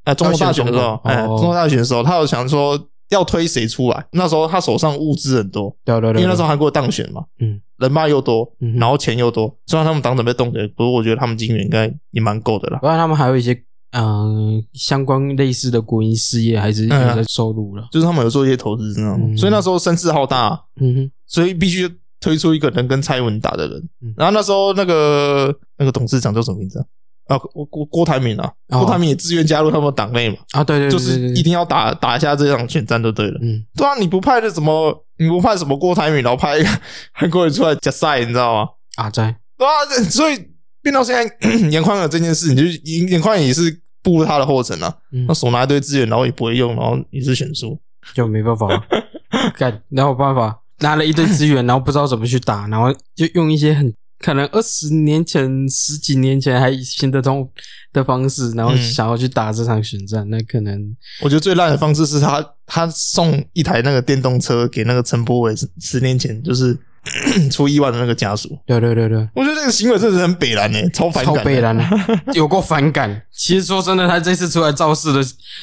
Speaker 2: 呃，中国大选的时候，
Speaker 3: 要选总统
Speaker 2: 哎，
Speaker 3: 哦
Speaker 2: 中国大选的时候，他有想说要推谁出来，那时候他手上物资很多，
Speaker 3: 对啊对
Speaker 2: 因
Speaker 3: 对，
Speaker 2: 为那时
Speaker 3: 候
Speaker 2: 候韩国当选嘛，
Speaker 3: 嗯，
Speaker 2: 人脉又多
Speaker 3: 嗯，哼
Speaker 2: 然后钱又多，虽然他们党准备冻结，不过我觉得他们金源应该也蛮够的啦。
Speaker 3: 不然他们还有一些嗯、呃相关类似的国营事业还是有
Speaker 2: 嗯
Speaker 3: 在收入了。
Speaker 2: 就是他们有做一些投资，知道吗？
Speaker 3: 嗯
Speaker 2: 所以那时候声势浩大，
Speaker 3: 嗯哼，
Speaker 2: 所以必须推出一个能跟蔡英文打的人。
Speaker 3: 嗯
Speaker 2: 然后那时候那个那个董事长叫什么名字啊？啊，郭郭郭台铭啊，
Speaker 3: 哦
Speaker 2: 郭台铭也自愿加入他们党内嘛，
Speaker 3: 啊，对对
Speaker 2: 就
Speaker 3: 对
Speaker 2: 是
Speaker 3: 对对
Speaker 2: 一定要打打一下这场选战就对了。
Speaker 3: 嗯，
Speaker 2: 对啊，你不派的什么？你不派什么郭台铭，然后派一个韩国人出来加赛，你知道吗？
Speaker 3: 啊，在
Speaker 2: 对啊，这所以变到现在， 严宽有这件事，你就严严宽也是步入他的后尘啊。
Speaker 3: 嗯
Speaker 2: 那手拿一堆资源，然后也不会用，然后也是选输。
Speaker 3: 就没 办法了，干哪有办法？拿了一堆资源，然后不知道怎么去打，然后就用一些很可能二十年前、十几年前还行得通的方式，然后
Speaker 2: 嗯
Speaker 3: 想要去打这场选战，那可能
Speaker 2: 我觉得最烂的方式是他他送一台那个电动车给那个陈柏伟，十年前就是 出意外的那个家属。
Speaker 3: 对对对对，
Speaker 2: 我觉得这个行为真的是很北蓝诶、欸超反感
Speaker 3: 超
Speaker 2: 的、
Speaker 3: 北蓝，有够反感。其实说真的，他这次出来造势的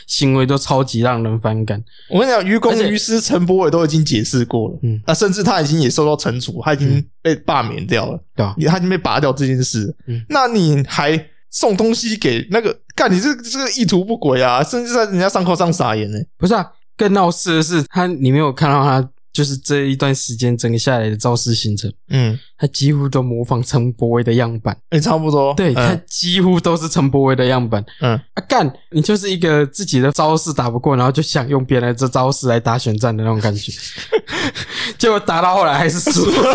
Speaker 3: 行为都超级让人反感。
Speaker 2: 我跟你讲，于公
Speaker 3: 而且
Speaker 2: 于私、陈柏伟都已经解释过了，
Speaker 3: 嗯
Speaker 2: 嗯，那甚至他已经也受到惩处，他已经被罢免掉了，
Speaker 3: 对啊
Speaker 2: 你他已经被拔掉这件事，
Speaker 3: 嗯
Speaker 2: 那你还送东西给那个干？你这这个意图不轨啊，甚至在人家伤口上撒盐呢、
Speaker 3: 不是啊，更闹事的是，他你没有看到他就是这一段时间整个下来的造势行程，
Speaker 2: 嗯，
Speaker 3: 他几乎都模仿陈柏威的样板。
Speaker 2: 也、哎差不多，
Speaker 3: 对，他
Speaker 2: 嗯
Speaker 3: 几乎都是陈柏威的样本
Speaker 2: 嗯
Speaker 3: 啊！干，你就是一个自己的招式打不过，然后就想用别人的这招式来打选战的那种感 觉，结果打到后来还是输了，，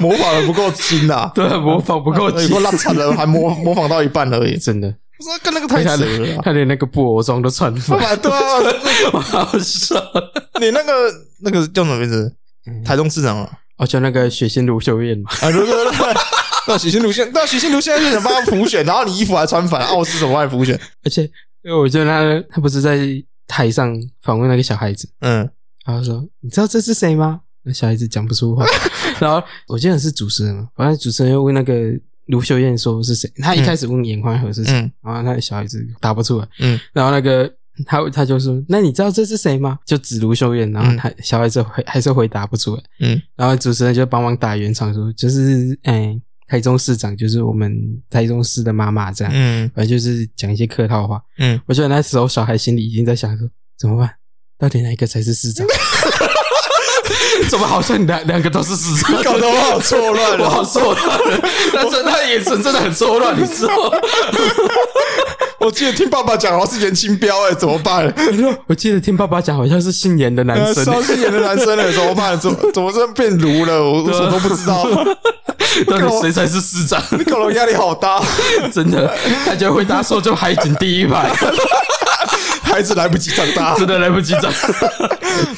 Speaker 2: 模仿的不够精啊 呃
Speaker 3: 对，模仿不够
Speaker 2: 有
Speaker 3: 精
Speaker 2: 够，烂惨 的，还模模仿到一半 而已，
Speaker 3: 真的，
Speaker 2: 不是跟那个太扯了啊。
Speaker 3: 他连那个布偶装都穿反，
Speaker 2: 啊对啊，
Speaker 3: 我好笑。
Speaker 2: 你那个那个叫什么名字？台中市长啊，
Speaker 3: 哦，就那个血腥卢秀燕嘛，
Speaker 2: 啊，对对对，那许新如现，啊那许新如现在是想帮他浮选，然后你衣服还穿反，傲视什么爱浮选？
Speaker 3: 而且因为我觉得他他不是在台上访问那个小孩子，
Speaker 2: 嗯，
Speaker 3: 然后说：“你知道这是谁吗？”那小孩子讲不 出话，然后我记得是主持人嘛，反正主持人又问那个卢秀燕说是谁，他一开始问严宽和是谁，
Speaker 2: 嗯
Speaker 3: 然后那小孩子答不出来，
Speaker 2: 嗯，
Speaker 3: 然后那个他他就说：“那你知道这是谁吗？”就指卢秀燕，然后他、小孩子回还是回答不出来，
Speaker 2: 嗯，
Speaker 3: 然后主持人就帮忙打圆场说：“就是哎，台中市长就是我们台中市的妈妈这样，
Speaker 2: 嗯
Speaker 3: 反正就是讲一些客套话。”
Speaker 2: 嗯，
Speaker 3: 我觉得那时候小孩心里已经在想说：“怎么办？到底哪一个才是市长？” 怎么好像两两个都是市 长？
Speaker 2: 搞得我好错乱
Speaker 3: 我
Speaker 2: 哦
Speaker 3: 好错乱了，但是他眼神真的很错乱，你知道吗？
Speaker 2: 我记得听爸爸讲，我是袁清标，哎，怎么办？
Speaker 3: 我说我记得听爸爸讲，好像是姓严的男
Speaker 2: 呃
Speaker 3: 生，
Speaker 2: 烧心眼的男生了，怎么办？怎么怎么这变奴了？我我什么
Speaker 3: 啊
Speaker 2: 都不知道，
Speaker 3: 到底谁才是市长？
Speaker 2: 搞得我压力好大，
Speaker 3: 真的，感觉回答说就海景第一 排，
Speaker 2: 孩子来不及长 大
Speaker 3: 真。的来不及讲。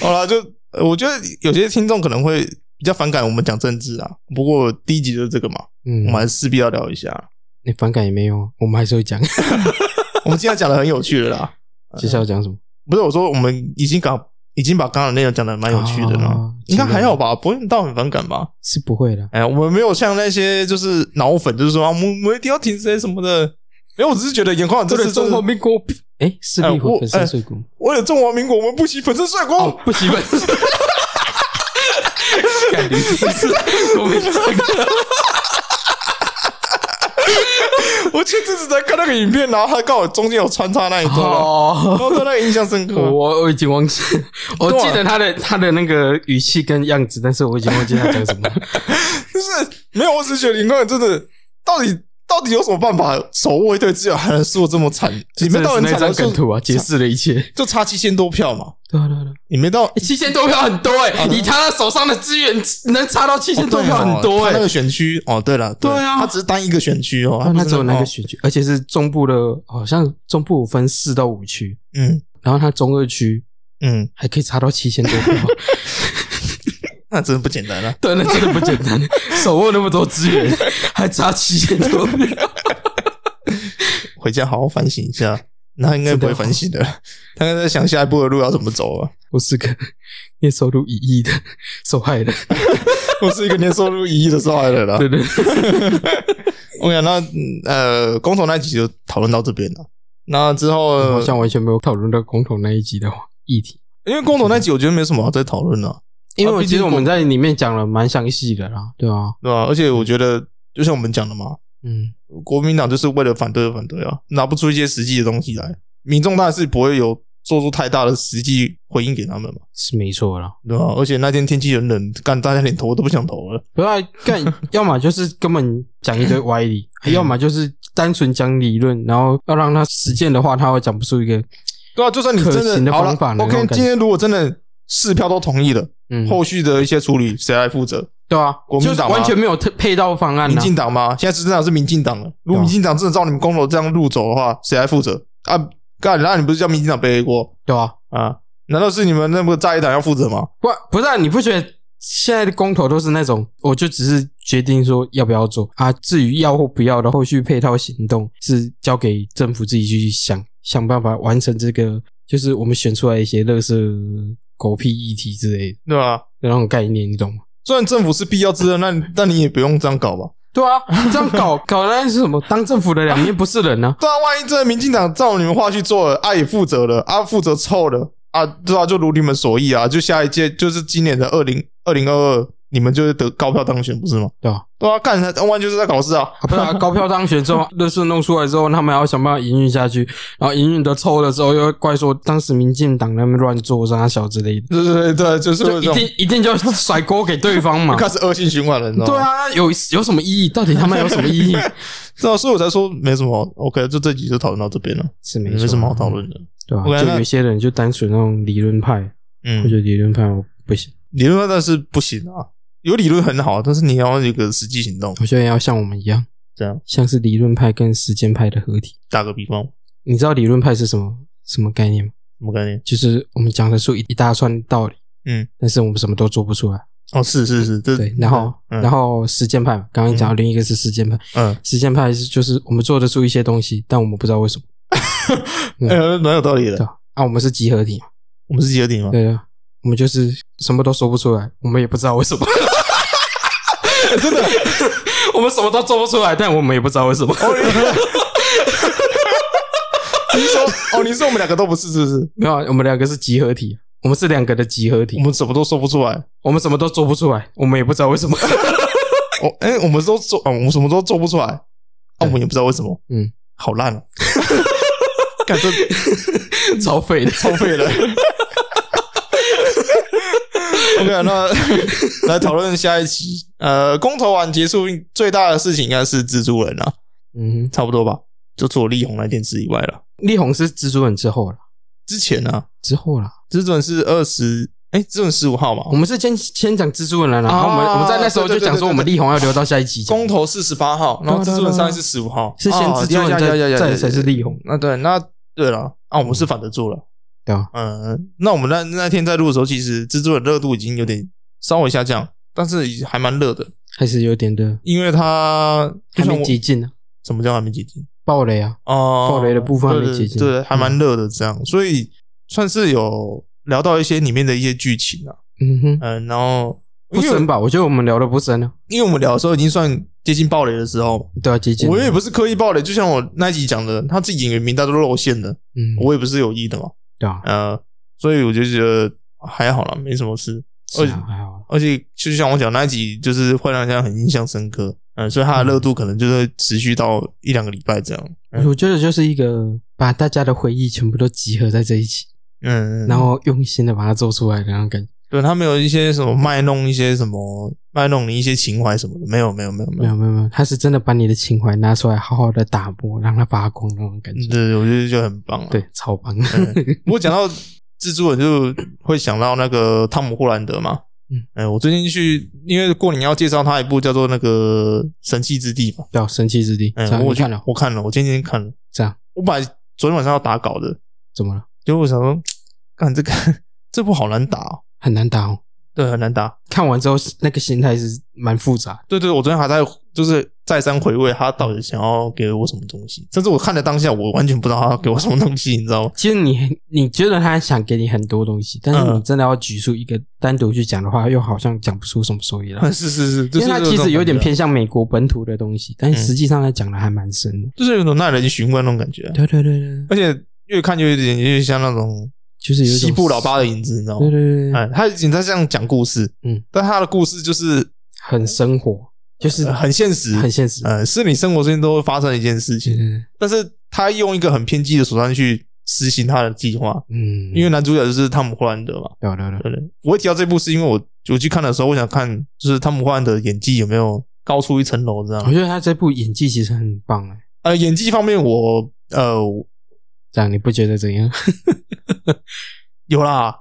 Speaker 2: 好了，就呃我觉得有些听众可能会比较反感我们讲政治啊，不过第一集就是这个嘛，我
Speaker 3: 嗯
Speaker 2: 们还是势必要聊一下。
Speaker 3: 你反感也没用，啊我们还是会 讲。
Speaker 2: 我们今天讲的很有趣的啦，
Speaker 3: 接下来要讲什么？
Speaker 2: 不是我说我们已经搞已经把刚刚的内容讲的蛮有趣的了
Speaker 3: 哦，
Speaker 2: 应该还好吧，不会到很反感吧？
Speaker 3: 是不会的。
Speaker 2: 哎呀，我们没有像那些就是脑粉，就是说啊我们我们一定要挺谁什么的。没有，我只是觉得眼眶这
Speaker 3: 这
Speaker 2: 是
Speaker 3: 是中华
Speaker 2: 国，
Speaker 3: 民国，哎，是壁虎粉身碎骨。
Speaker 2: 为了中华民国，我们不惜粉身碎骨。
Speaker 3: 哦，不 习惯。感觉是国民党，
Speaker 2: 我前阵子在看那个影片，然后他刚好中间有穿插那一段啊，然
Speaker 3: 哦，啊
Speaker 2: 后对那个印象深刻啊。
Speaker 3: 我我已经忘记，我记得他的他的那个语气跟样子，但是我已经忘记他讲什么。
Speaker 2: 就是没有，我只是觉得林冠宇真的到底到底有什么办法手握一堆资源还能输的这么惨？里面到底
Speaker 3: 那
Speaker 2: 惨
Speaker 3: 张
Speaker 2: 到就
Speaker 3: 梗图啊，解释了一切。
Speaker 2: 就差七千多票嘛，
Speaker 3: 对啊对啊对啊，
Speaker 2: 里面到。
Speaker 3: 七千多票很多哎、以他的手上的资源，能差到七千多票很多
Speaker 2: 哦对哦
Speaker 3: 哎、
Speaker 2: 他那个选区哦，对了，
Speaker 3: 对啊
Speaker 2: 他只是单一个选区哦，
Speaker 3: 他
Speaker 2: 不是
Speaker 3: 只有那个
Speaker 2: 哦
Speaker 3: 选区，而且是中部的，好像中部有分四到五区，
Speaker 2: 嗯
Speaker 3: 然后他中二区
Speaker 2: 嗯，
Speaker 3: 还可以差到七千多票，
Speaker 2: 那真的不简单啊了。
Speaker 3: 对，那真的不简单， 手握那么多资源，还差七千多票。
Speaker 2: 回家好好反省一下，那他应该不会反省的，他应该在想下一步的路要怎么走啊。
Speaker 3: 我是个月收入一亿的受害人，
Speaker 2: 我是一个年收入一亿的受害人了。
Speaker 3: 对对，
Speaker 2: OK，那嗯呃，公投那一集就讨论到这边了。那之后，
Speaker 3: 好像完全没有讨论到公投那一集的议题，
Speaker 2: 因为公投那集我觉得没什么好再讨论了，
Speaker 3: 因为
Speaker 2: 啊
Speaker 3: 我
Speaker 2: 毕
Speaker 3: 其
Speaker 2: 竟
Speaker 3: 实我们在里面讲了蛮详细的啦，对啊，
Speaker 2: 对吧、而且我觉得，就像我们讲的嘛，
Speaker 3: 嗯，
Speaker 2: 国民党就是为了反对而反对啊，拿不出一些实际的东西来，民众大是不会有做出太大的实际回应给他们嘛，
Speaker 3: 是没错啦。
Speaker 2: 对吧、而且那天天气很冷，干大家连投都不想投了，
Speaker 3: 不要干，要么就是根本讲一堆歪 理，要么就是单纯讲理论，然后要让他实践的话，他会讲不出一个
Speaker 2: 对啊，就算你
Speaker 3: 可
Speaker 2: 真
Speaker 3: 行
Speaker 2: 的
Speaker 3: 的
Speaker 2: 好了
Speaker 3: 方法呢那
Speaker 2: ，OK，
Speaker 3: 种感
Speaker 2: 今
Speaker 3: 觉
Speaker 2: 天如果真的四票都同意了，
Speaker 3: 嗯，
Speaker 2: 后续的一些处理谁来负责？
Speaker 3: 对啊，
Speaker 2: 国民
Speaker 3: 就是
Speaker 2: 党啊
Speaker 3: 完全没有特配套方案啊
Speaker 2: 民
Speaker 3: 呐、
Speaker 2: 进党吗？现在执政党是民进党
Speaker 3: 啊
Speaker 2: 了，如果民进党真的照你们公投这样路走的话，谁来负责啊？干，那你不是叫民进党背黑锅
Speaker 3: 对啊，
Speaker 2: 啊？难道是你们那个在野党要负责吗？
Speaker 3: 不不是、啊、你不觉得现在的公投都是那种，我就只是决定说要不要做啊，至于要或不要的后续配套行动是交给政府自己去想想办法完成这个，就是我们选出来一些乐色狗屁议题之类的
Speaker 2: 对吧、
Speaker 3: 那种概念，你懂吗？
Speaker 2: 虽然政府是必要之恩，那你但你也不用这样搞吧？
Speaker 3: 对 啊，这样搞搞那是什么？当政府的两面不是人呢、
Speaker 2: 对啊，万一真的民进党照你们话去做了，啊也负责了，啊负责臭了，啊对啊，就如你们所意啊，就下一届就是今年的二零二零二二，你们就是得高票当选不是吗？
Speaker 3: 对吧、
Speaker 2: 对啊，干他完全就是在搞事啊！
Speaker 3: 啊？不是、啊、高票当选之后，乐视弄出来之后，他们还要想办法营运下去，然后营运的臭了之后，又怪说当时民进党那边乱做、啥小之类的，
Speaker 2: 对 对对对，就是
Speaker 3: 就
Speaker 2: 会
Speaker 3: 一
Speaker 2: 这种
Speaker 3: 定一定就要甩锅给对 方嘛。
Speaker 2: 开始恶性循环了，你知道吗？
Speaker 3: 对啊，有有什么意义？到底他们有什么意 义？
Speaker 2: 对啊，所以我才说没什么。OK，就这集就讨论到这边了，
Speaker 3: 是
Speaker 2: 没
Speaker 3: 没错
Speaker 2: 什么好讨，论的。
Speaker 3: 对吧、
Speaker 2: OK，
Speaker 3: 就
Speaker 2: 那
Speaker 3: 有一些人就单纯那种理论派，我觉
Speaker 2: 嗯，
Speaker 3: 得理论派我不行，
Speaker 2: 理论但是不行啊，有理论很好，但是你要有一个实际行动。
Speaker 3: 我觉得要像我们一样，
Speaker 2: 这样
Speaker 3: 像是理论派跟实践派的合体。
Speaker 2: 打个比方，什
Speaker 3: 你知道理论派是什么什么概念吗？
Speaker 2: 么概念？
Speaker 3: 就是我们讲得出一一大串道理，
Speaker 2: 嗯，
Speaker 3: 但是我们什么都做不出来。
Speaker 2: 哦，是是是，这
Speaker 3: 对，然后、
Speaker 2: 嗯
Speaker 3: 然后实践派嘛，刚刚讲到另一个是实践派，
Speaker 2: 嗯，
Speaker 3: 实践派是就是我们做得出一些东西，但我们不知道为什么，嗯
Speaker 2: 呃，蛮有道理
Speaker 3: 对
Speaker 2: 的。
Speaker 3: 吧？啊，我们是集合体嘛，
Speaker 2: 我们是集合体吗？
Speaker 3: 对啊，我们就是什么都说不出来，我们也不知道为什 么，真的， 我们什么都做不出来，但我们也不知道为什么。
Speaker 2: 哦你是说，哦，你说我们两个都不是，是不是？
Speaker 3: 没有啊，我们两个是集合体，我们是两个的集合体
Speaker 2: 我，们什么都说不出来。
Speaker 3: 我们什么都做不出来，我们也不知道为什么。
Speaker 2: 哦，哎，我们都做，哦我们什么都做不出来，啊，我
Speaker 3: 对
Speaker 2: 们也不知道为什么。
Speaker 3: 嗯，
Speaker 2: 好烂哦，感觉
Speaker 3: 超废的，
Speaker 2: 超废了。OK，那来讨论下一期。呃，公投完结束，最大的事情应该是蜘蛛人了、
Speaker 3: 嗯，
Speaker 2: 差不多吧？就除了力宏那件事以外了。
Speaker 3: 力宏是蜘蛛人之后了，
Speaker 2: 之前呢、啊，
Speaker 3: 之后了。
Speaker 2: 蜘蛛人是二十，哎，蜘蛛人十五号
Speaker 3: 我
Speaker 2: 嘛，
Speaker 3: 们是先先讲蜘蛛人了，然后我们、
Speaker 2: 啊
Speaker 3: 我们在那时候就讲说我们力宏要留到下一集讲
Speaker 2: 公投四十八号，
Speaker 3: 啊
Speaker 2: 然后蜘蛛人上一是十五号，
Speaker 3: 是先蜘蛛
Speaker 2: 哦
Speaker 3: 人
Speaker 2: 呀呀呀呀
Speaker 3: 再
Speaker 2: 呀
Speaker 3: 再
Speaker 2: 呀
Speaker 3: 才是力宏，
Speaker 2: 那对，那对了，啊，我们是反着做了。
Speaker 3: 对啊吧？
Speaker 2: 嗯，那我们那那天在录的时候，其实蜘蛛人热度已经有点稍微下降，但是已还蛮热的。
Speaker 3: 还是有点的，
Speaker 2: 因为他就
Speaker 3: 还
Speaker 2: 像
Speaker 3: 没
Speaker 2: 我
Speaker 3: 接近呢，
Speaker 2: 什么叫还没解禁？
Speaker 3: 暴雷啊，
Speaker 2: 哦，
Speaker 3: 爆雷的部分还没嗯解禁
Speaker 2: 对对，还蛮热的这样，所以算是有聊到一些里面的一些剧情啊，
Speaker 3: 嗯哼，
Speaker 2: 嗯，然后
Speaker 3: 不
Speaker 2: 因为
Speaker 3: 深吧？我觉得我们聊的不深啊，
Speaker 2: 因为我们聊的时候已经算接近爆雷的时候，
Speaker 3: 对啊，接近了，
Speaker 2: 我也不是刻意爆雷，就像我那一集讲的，他自己演员名单都露馅了，
Speaker 3: 嗯，
Speaker 2: 我也不是有意的嘛，
Speaker 3: 对啊，
Speaker 2: 呃，所以我就觉得还好啦，没什么事，
Speaker 3: 是啊，还好啦，
Speaker 2: 而且就像我讲那一集，呃就是会让人家很印象深刻，嗯，所以它的热度可能就是持续到一两个礼拜这样。嗯
Speaker 3: 我觉得就是一个把大家的回忆全部都集合在这一起，
Speaker 2: 嗯，
Speaker 3: 然后用心的把它做出来的那种感觉。
Speaker 2: 对他没有一些什么卖弄一些什么卖弄你一些情怀什么的，没有没有没有没
Speaker 3: 没
Speaker 2: 有。
Speaker 3: 有没有没有，他是真的把你的情怀拿出来，好好的打磨，让它发光那种感觉。
Speaker 2: 对，我觉得就很棒啊了。
Speaker 3: 对，超棒。
Speaker 2: 嗯 不过讲到蜘蛛人，就会想到那个汤姆·霍兰德嘛。
Speaker 3: 嗯，
Speaker 2: 哎，我最近去，因为过年要介绍他一部叫做那个《神器之地》嘛。
Speaker 3: 对啊，神奇之地，这
Speaker 2: 嗯，
Speaker 3: 样
Speaker 2: 我
Speaker 3: 我
Speaker 2: 去
Speaker 3: 看了，
Speaker 2: 我看了，我今天看了。
Speaker 3: 这样
Speaker 2: 我本来昨天晚上要打稿的，
Speaker 3: 怎么了？
Speaker 2: 结果我想说，看这个 这部好难打、哦，
Speaker 3: 很难打哦。
Speaker 2: 对，很难打。
Speaker 3: 看完之后，那个心态是蛮复杂。
Speaker 2: 对对，我昨天还在就是再三回味他到底想要给我什么东西，甚至我看的当下，我完全不知道他要给我什么东西，你知道吗？
Speaker 3: 其实你你觉得他想给你很多东西，但是
Speaker 2: 嗯
Speaker 3: 你真的要举出一个单独去讲的话，又好像讲不出什么所以 然。
Speaker 2: 是是是，就
Speaker 3: 因
Speaker 2: 是
Speaker 3: 为它
Speaker 2: 这
Speaker 3: 其
Speaker 2: 种
Speaker 3: 实有点
Speaker 2: 感觉啊，
Speaker 3: 偏向美国本土的东西，但
Speaker 2: 嗯
Speaker 3: 实际上它讲的还蛮深的。
Speaker 2: 就是有种耐人寻味那种感觉啊、
Speaker 3: 对对对对，
Speaker 2: 而且越看就有点有点像那种
Speaker 3: 就是有一种
Speaker 2: 西部老八的影子，你知道吗？
Speaker 3: 对对对对，
Speaker 2: 哎，他已经在这样讲故事，
Speaker 3: 嗯，
Speaker 2: 但他的故事就是
Speaker 3: 很生活，就是
Speaker 2: 呃很现实，
Speaker 3: 很嗯现实。
Speaker 2: 呃，是你生活中都会发生的一件事
Speaker 3: 对
Speaker 2: 情，
Speaker 3: 对对，
Speaker 2: 但是他用一个很偏激的手段去实行他的计划，
Speaker 3: 嗯，
Speaker 2: 因为男主角就是汤姆·霍兰德嘛，
Speaker 3: 对啊对啊对啊
Speaker 2: 对不对？我会提到这部是因为我我去看的时候，我想看就是汤姆·霍兰德演技有没有高出一层楼这
Speaker 3: 我
Speaker 2: 样。
Speaker 3: 觉得他这部演技其实很棒哎，
Speaker 2: 呃，演技方面我呃
Speaker 3: 这样你不觉得怎样？
Speaker 2: 有啦，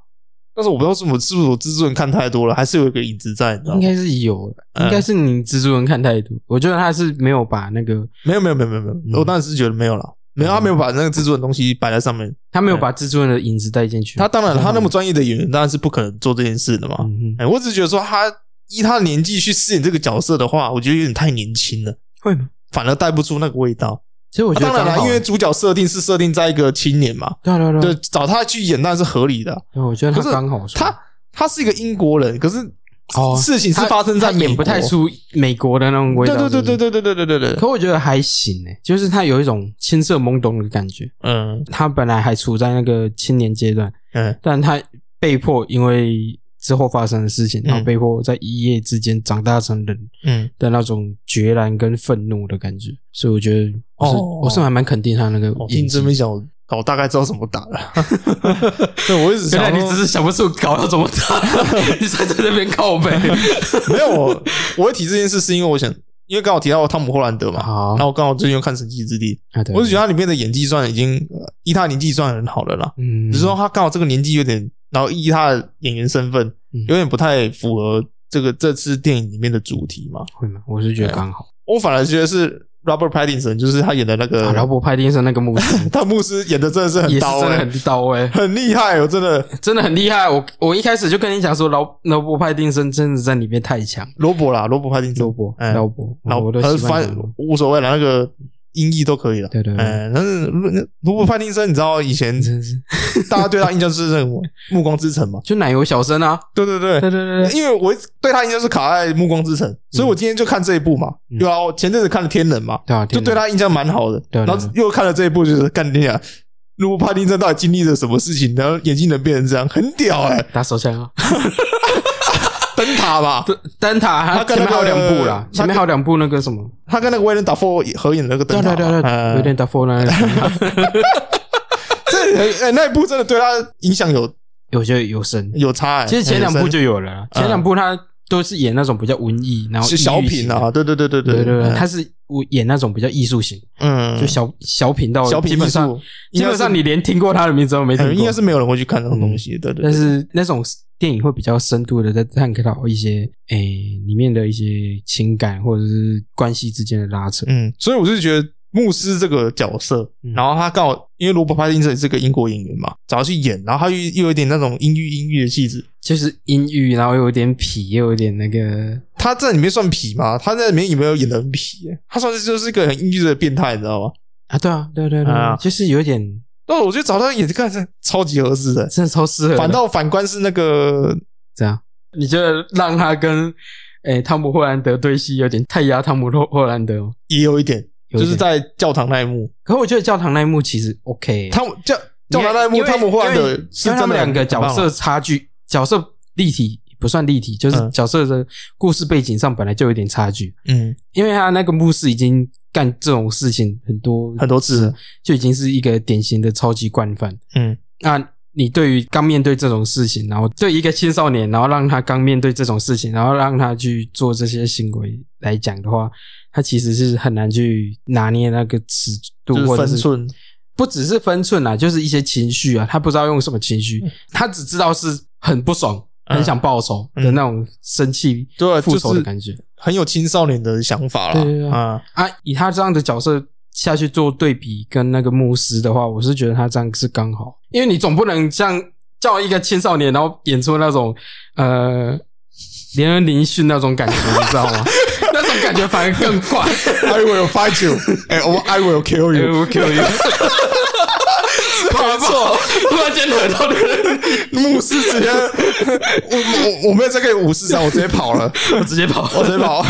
Speaker 2: 但是我不知道是我是不是我蜘蛛人看太多了，还是有一个影子在，你知道
Speaker 3: 应
Speaker 2: 吗？
Speaker 3: 该是有，
Speaker 2: 哦嗯
Speaker 3: 应该是你蜘蛛人看太多，我觉得他是没有把那个
Speaker 2: 没有没有没有没有没
Speaker 3: 嗯
Speaker 2: 有，我当时是觉得没有啦，没有他没有把那个蜘蛛人东西摆在上面。
Speaker 3: 他没有把蜘蛛人的影子带进去。
Speaker 2: 嗯他当然他那么专业的演员，当然是不可能做这件事的嘛。
Speaker 3: 嗯哼，
Speaker 2: 哎，我只是觉得说他依他的年纪去饰演这个角色的话，我觉得有点太年轻了，
Speaker 3: 会吗？
Speaker 2: 反而带不出那个味道。
Speaker 3: 其实我
Speaker 2: 啊
Speaker 3: 觉得
Speaker 2: 当然
Speaker 3: 刚好
Speaker 2: 啦，因为主角设定是设定在一个青年嘛，
Speaker 3: 对啊对啊对
Speaker 2: 对
Speaker 3: 啊，，
Speaker 2: 找他去演那是合理的。
Speaker 3: 对啊我觉得他
Speaker 2: 可是
Speaker 3: 刚好说
Speaker 2: 他他是一个英国人，可是
Speaker 3: 哦
Speaker 2: 事情是
Speaker 3: 他
Speaker 2: 发生在
Speaker 3: 他
Speaker 2: 美
Speaker 3: 演
Speaker 2: 国，
Speaker 3: 不太出美国的那种味
Speaker 2: 对
Speaker 3: 道。
Speaker 2: 对对对
Speaker 3: 是不是。
Speaker 2: 对对对对对对对，
Speaker 3: 可我觉得还行哎，就是他有一种青涩懵懂的感觉。
Speaker 2: 嗯
Speaker 3: 他本来还处在那个青年阶段，
Speaker 2: 嗯
Speaker 3: 但他被迫因为之后发生的事情，然后
Speaker 2: 嗯
Speaker 3: 被迫在一夜之间长大成人。
Speaker 2: 嗯，
Speaker 3: 的那种决然跟愤怒的感觉，所以我觉得我是、
Speaker 2: 哦
Speaker 3: 我是还蛮肯定他那个
Speaker 2: 我
Speaker 3: 演
Speaker 2: 听
Speaker 3: 技
Speaker 2: 真。没想，我大概知道怎么打了。 对，我一直想说，
Speaker 3: 是想不出搞要怎么打，
Speaker 2: 哦
Speaker 3: 你才在那边靠背。
Speaker 2: 没有我，我会提这件事是因为我想，因为刚好提到汤姆·霍兰德嘛，
Speaker 3: 好
Speaker 2: 然后我刚好最近又看《神奇之地
Speaker 3: 啊，》，对，
Speaker 2: 我是觉
Speaker 3: 得，
Speaker 2: 得他里面的演技算已经呃依他年纪算很好了啦，
Speaker 3: 嗯，
Speaker 2: 只是说他刚好这个年纪有点，然后依他的演员身份
Speaker 3: 嗯
Speaker 2: 有点不太符合这个这次电影里面的主题嘛。
Speaker 3: 会吗？我是觉
Speaker 2: 呃
Speaker 3: 得刚好。
Speaker 2: 我反而觉得是 Robert Pattinson，就是他演的那个，
Speaker 3: 啊劳勃派丁森那个牧师
Speaker 2: 他牧师演的真的是
Speaker 3: 也
Speaker 2: 很
Speaker 3: 是
Speaker 2: 刀
Speaker 3: 真的
Speaker 2: 欸，
Speaker 3: 很到位，
Speaker 2: 很厉害，哦我真的
Speaker 3: 真的很厉害。我我一开始就跟你讲说，劳劳勃派丁森真的在里面太强。
Speaker 2: 罗伯啦，罗伯·帕丁
Speaker 3: 劳
Speaker 2: 森，
Speaker 3: 勃，
Speaker 2: 哎
Speaker 3: 劳勃，
Speaker 2: 然后
Speaker 3: 我都
Speaker 2: 呃
Speaker 3: 喜欢
Speaker 2: 翻
Speaker 3: 劳勃。
Speaker 2: 无所谓了，那个音译都可以了。
Speaker 3: 对对对
Speaker 2: 哎，但是如如果范丁生，你知道以前
Speaker 3: 真是
Speaker 2: 大家对他印象就是那个《暮光之城》嘛？
Speaker 3: 就奶油小生啊，
Speaker 2: 对对对
Speaker 3: 对，对对对，
Speaker 2: 因为我对他印象是卡在《暮光之城》，所以我今天就看这一部嘛。
Speaker 3: 嗯
Speaker 2: 对啊，我前阵子看了《天人》嘛，
Speaker 3: 对啊，
Speaker 2: 就
Speaker 3: 天哪
Speaker 2: 对他印象蛮好的。
Speaker 3: 对对对
Speaker 2: 然后又看了这一部，就是干你啊！如果帕丁森到底经历了什么事情，然后眼睛能变成这样，很屌 哎！
Speaker 3: 打手枪啊，
Speaker 2: 灯塔吧，
Speaker 3: 灯塔，它
Speaker 2: 它跟
Speaker 3: 前面还有
Speaker 2: 那
Speaker 3: 两
Speaker 2: 个
Speaker 3: 部啦，
Speaker 2: 它
Speaker 3: 前面还有两部那个什么，
Speaker 2: 他跟那个威廉达佛合演的那个灯
Speaker 3: 对
Speaker 2: 塔
Speaker 3: 对
Speaker 2: 嘛，
Speaker 3: 对对，
Speaker 2: 哎
Speaker 3: 有点打 f 了。
Speaker 2: 这哎、那一部真的对他影响有
Speaker 3: 有些有声。
Speaker 2: 有差、欸。
Speaker 3: 其实前两部就有了啦，
Speaker 2: 嗯
Speaker 3: 前两部他都是演那种比较文艺，然后
Speaker 2: 是
Speaker 3: 抑郁
Speaker 2: 小
Speaker 3: 型
Speaker 2: 品
Speaker 3: 的
Speaker 2: 啊，，对对对对
Speaker 3: 对对对，
Speaker 2: 嗯
Speaker 3: 他是演那种比较艺术型，
Speaker 2: 嗯，
Speaker 3: 就小小品到
Speaker 2: 小
Speaker 3: 基
Speaker 2: 品
Speaker 3: 本
Speaker 2: 艺
Speaker 3: 上
Speaker 2: 术，
Speaker 3: 基本上你连听过他的名字都没
Speaker 2: 应该是嗯
Speaker 3: 听
Speaker 2: 应
Speaker 3: 过嗯
Speaker 2: 该，是没有人会去看那种东西，对对
Speaker 3: 但
Speaker 2: 对。
Speaker 3: 是那种电影会比较深度的在探讨到一些诶里面的一些情感或者是关系之间的拉扯，
Speaker 2: 嗯，所以我是觉得牧师这个角色，
Speaker 3: 嗯
Speaker 2: 然后他刚好因为罗伯·帕丁森是个英国演员嘛，找他去演，然后他又又有点那种阴郁阴郁的气质。
Speaker 3: 就是阴郁，然后又有点痞，又有点那个
Speaker 2: 他在里面算痞吗？他在里面有没有演的很痞、欸？他算是就是一个很阴郁的变态，你知道吗？
Speaker 3: 啊，对啊，对对对，
Speaker 2: 啊
Speaker 3: 就是有点
Speaker 2: 但我觉得找他演这个是超级合适的、
Speaker 3: 真的超适合的，
Speaker 2: 反倒反观是那个
Speaker 3: 这样，你觉得让他跟诶、汤姆·霍兰德对戏有点太压汤姆·霍霍兰德吗？
Speaker 2: 也有一点，
Speaker 3: 有一点
Speaker 2: 就是在教堂那一幕，
Speaker 3: 可我觉得教堂那一幕其实 OK，
Speaker 2: 汤姆教教堂那一幕，
Speaker 3: 因为
Speaker 2: 汤姆·霍兰
Speaker 3: 因为
Speaker 2: 德
Speaker 3: 因为
Speaker 2: 是真的
Speaker 3: 他们两个
Speaker 2: 很棒
Speaker 3: 角
Speaker 2: 啊
Speaker 3: 色差距、角色立体不不算立体，就是
Speaker 2: 嗯
Speaker 3: 角色的故事背景上本来就有点差距，
Speaker 2: 嗯，
Speaker 3: 因为他那个牧师已经干这种事情很多
Speaker 2: 很多次了，
Speaker 3: 就已经是一个典型的超级惯犯。
Speaker 2: 嗯
Speaker 3: 那你对于刚面对这种事情，然后对一个青少年，然后让他刚面对这种事情，然后让他去做这些行为来讲的话，他其实是很难去拿捏那个尺度
Speaker 2: 就是
Speaker 3: 或者
Speaker 2: 分
Speaker 3: 是
Speaker 2: 寸，
Speaker 3: 不只是分寸啊，就是一些情绪啊，他不知道用什么情绪，他只知道是很不爽、
Speaker 2: 嗯
Speaker 3: 很想报仇的那种生气、
Speaker 2: 对啊
Speaker 3: 复
Speaker 2: 就
Speaker 3: 仇的
Speaker 2: 是
Speaker 3: 感觉。
Speaker 2: 很有青少年的想法
Speaker 3: 对对对
Speaker 2: 啦。啊，
Speaker 3: 啊，以他这样的角色下去做对比跟那个牧师的话，我是觉得他这样是刚好，因为你总不能像叫一个青少年，然后演出那种 呃连恩林逊那种感觉，你知道 吗？那种感觉反而更怪。
Speaker 2: I will fight you，哎， 我 I will kill
Speaker 3: 哎
Speaker 2: you。
Speaker 3: 我 Q 你， 没错， 突然间惹到那个，
Speaker 2: 牧师直接，我我我没有再给五四三，我直接跑了，
Speaker 3: 我直接跑。
Speaker 2: 我直接 跑。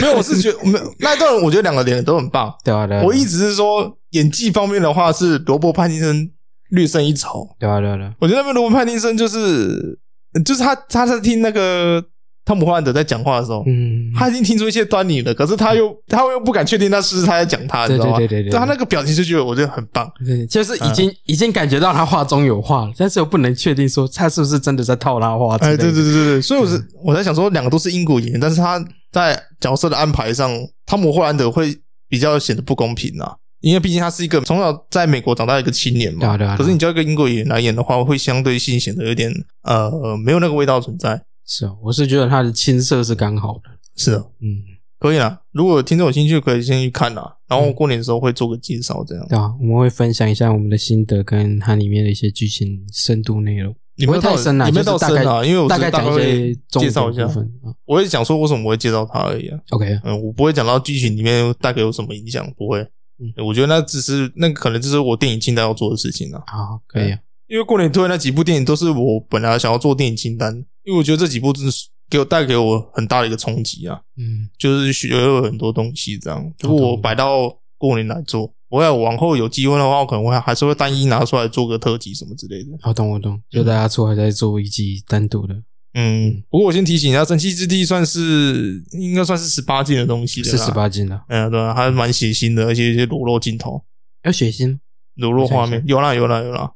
Speaker 2: 没有，我是觉得没有那段，我觉得两个脸都很棒。
Speaker 3: 对啊，对啊，
Speaker 2: 我一直是说演技方面的话，是罗伯·派汀森略胜一筹。
Speaker 3: 对啊，对啊，对啊，
Speaker 2: 我觉得那边罗伯·派汀森就是就是他他在听那个汤姆·汉德在讲话的时候，
Speaker 3: 嗯，
Speaker 2: 他已经听出一些端倪了，可是他又他又不敢确定那是不是他在讲他，你
Speaker 3: 对
Speaker 2: 知道吗？
Speaker 3: 对对对对
Speaker 2: 他那个表情就觉得我觉得很棒。
Speaker 3: 对，就是
Speaker 2: 嗯
Speaker 3: 已经、已经感觉到他话中有话了，但是又不能确定说他是不是真的在套他话之类
Speaker 2: 哎，
Speaker 3: 的。
Speaker 2: 对对对对对，所以我
Speaker 3: 嗯
Speaker 2: 是、我在想说，两个都是英国演员，但是他在角色的安排上，汤姆·霍兰德会比较显得不公平啊，因为毕竟他是一个从小在美国长大的一个青年嘛。
Speaker 3: 对啊对啊对啊
Speaker 2: 可是你叫一个英国演员来演的话，会相对性显得有点呃没有那个味道存在。
Speaker 3: 是啊，我是觉得他的青涩是刚好的。
Speaker 2: 是的，
Speaker 3: 嗯，
Speaker 2: 可以啦。如果听众有兴趣，可以先去看啦。然后过年的时候会做个介绍，这样。
Speaker 3: 对啊，我们会分享一下我们的心得跟它里面的一些剧情深度内容，
Speaker 2: 你没有
Speaker 3: 不会
Speaker 2: 到
Speaker 3: 太深啊
Speaker 2: 你没有
Speaker 3: 就
Speaker 2: 到
Speaker 3: 是大概
Speaker 2: 深啊，因为我
Speaker 3: 大
Speaker 2: 只
Speaker 3: 概
Speaker 2: 是
Speaker 3: 讲一
Speaker 2: 会
Speaker 3: 些重
Speaker 2: 介绍一
Speaker 3: 点
Speaker 2: 下
Speaker 3: 部。分啊。
Speaker 2: 我也想说为什么我会介绍他而已啊。
Speaker 3: OK，
Speaker 2: 嗯，我不会讲到剧情里面带给我什么影响，不会。
Speaker 3: 嗯
Speaker 2: 我觉得那只是那可能就是我电影清单要做的事情啊。
Speaker 3: 好，可以啊。
Speaker 2: 因为过年推的那几部电影都是我本来想要做电影清单，因为我觉得这几部真的是给我带给我很大的一个冲击啊，
Speaker 3: 嗯，
Speaker 2: 就是学了很多东西这样。如
Speaker 3: 懂
Speaker 2: 果我摆到过年来做，我要往后有机会的话，我可能会还是会单一拿出来做个特辑什么之类的。
Speaker 3: 我懂我懂，就大家出来再做一集单独的，
Speaker 2: 嗯，不过我先提醒一下，《神奇之地》算是应该算是十八禁的东西了，
Speaker 3: 四十。八禁的，
Speaker 2: 嗯，对啊，还蛮血腥的，而且有一些裸露镜头。
Speaker 3: 要血腥吗
Speaker 2: 裸露画面，有啦有啦有啦，
Speaker 3: 哦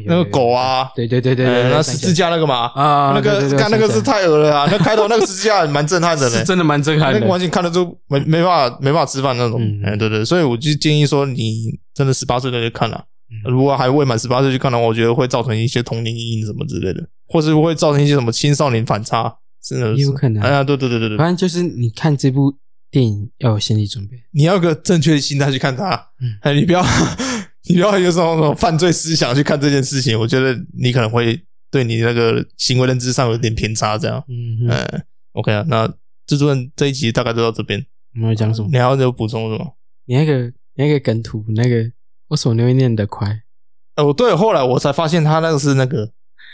Speaker 3: 有
Speaker 2: 那个
Speaker 3: 有
Speaker 2: 狗
Speaker 3: 有
Speaker 2: 啊，
Speaker 3: 对对对对
Speaker 2: 呃
Speaker 3: 对，
Speaker 2: 那
Speaker 3: 对
Speaker 2: 十字架那个嘛，
Speaker 3: 啊，
Speaker 2: 那
Speaker 3: 对
Speaker 2: 个
Speaker 3: 对对
Speaker 2: 看那个是
Speaker 3: 想起来
Speaker 2: 太恶了啊，那开头那个十字架蛮震 撼的嘞
Speaker 3: 是，真的蛮震撼
Speaker 2: 那
Speaker 3: 的
Speaker 2: 个，完全看得出没没办法没办法吃饭那种
Speaker 3: 嗯，
Speaker 2: 哎对对，所以我就建议说你真的十八岁的就看了，啊
Speaker 3: 嗯
Speaker 2: 如果还未满十八岁去看的话，我觉得会造成一些童年阴影什么之类的，或是会造成一些什么青少年反差，真的是
Speaker 3: 也有可能
Speaker 2: 哎呀，对对对对对，
Speaker 3: 反正就是你看这部电影要有心理准备。
Speaker 2: 你要有个正确的心态去看它
Speaker 3: 嗯，
Speaker 2: 哎，你不要 你不要有什么什么犯罪思想去看这件事情，我觉得你可能会对你那个行为认知上有点偏差，这样，
Speaker 3: 嗯，
Speaker 2: 嗯，OK 啊，那制作人这一集大概就到这边，
Speaker 3: 我们要讲什么？
Speaker 2: 你还要有补充什么？
Speaker 3: 你那个你那个梗图，那个为什么你会念得快？
Speaker 2: 哦，对，后来我才发现他那个是那个，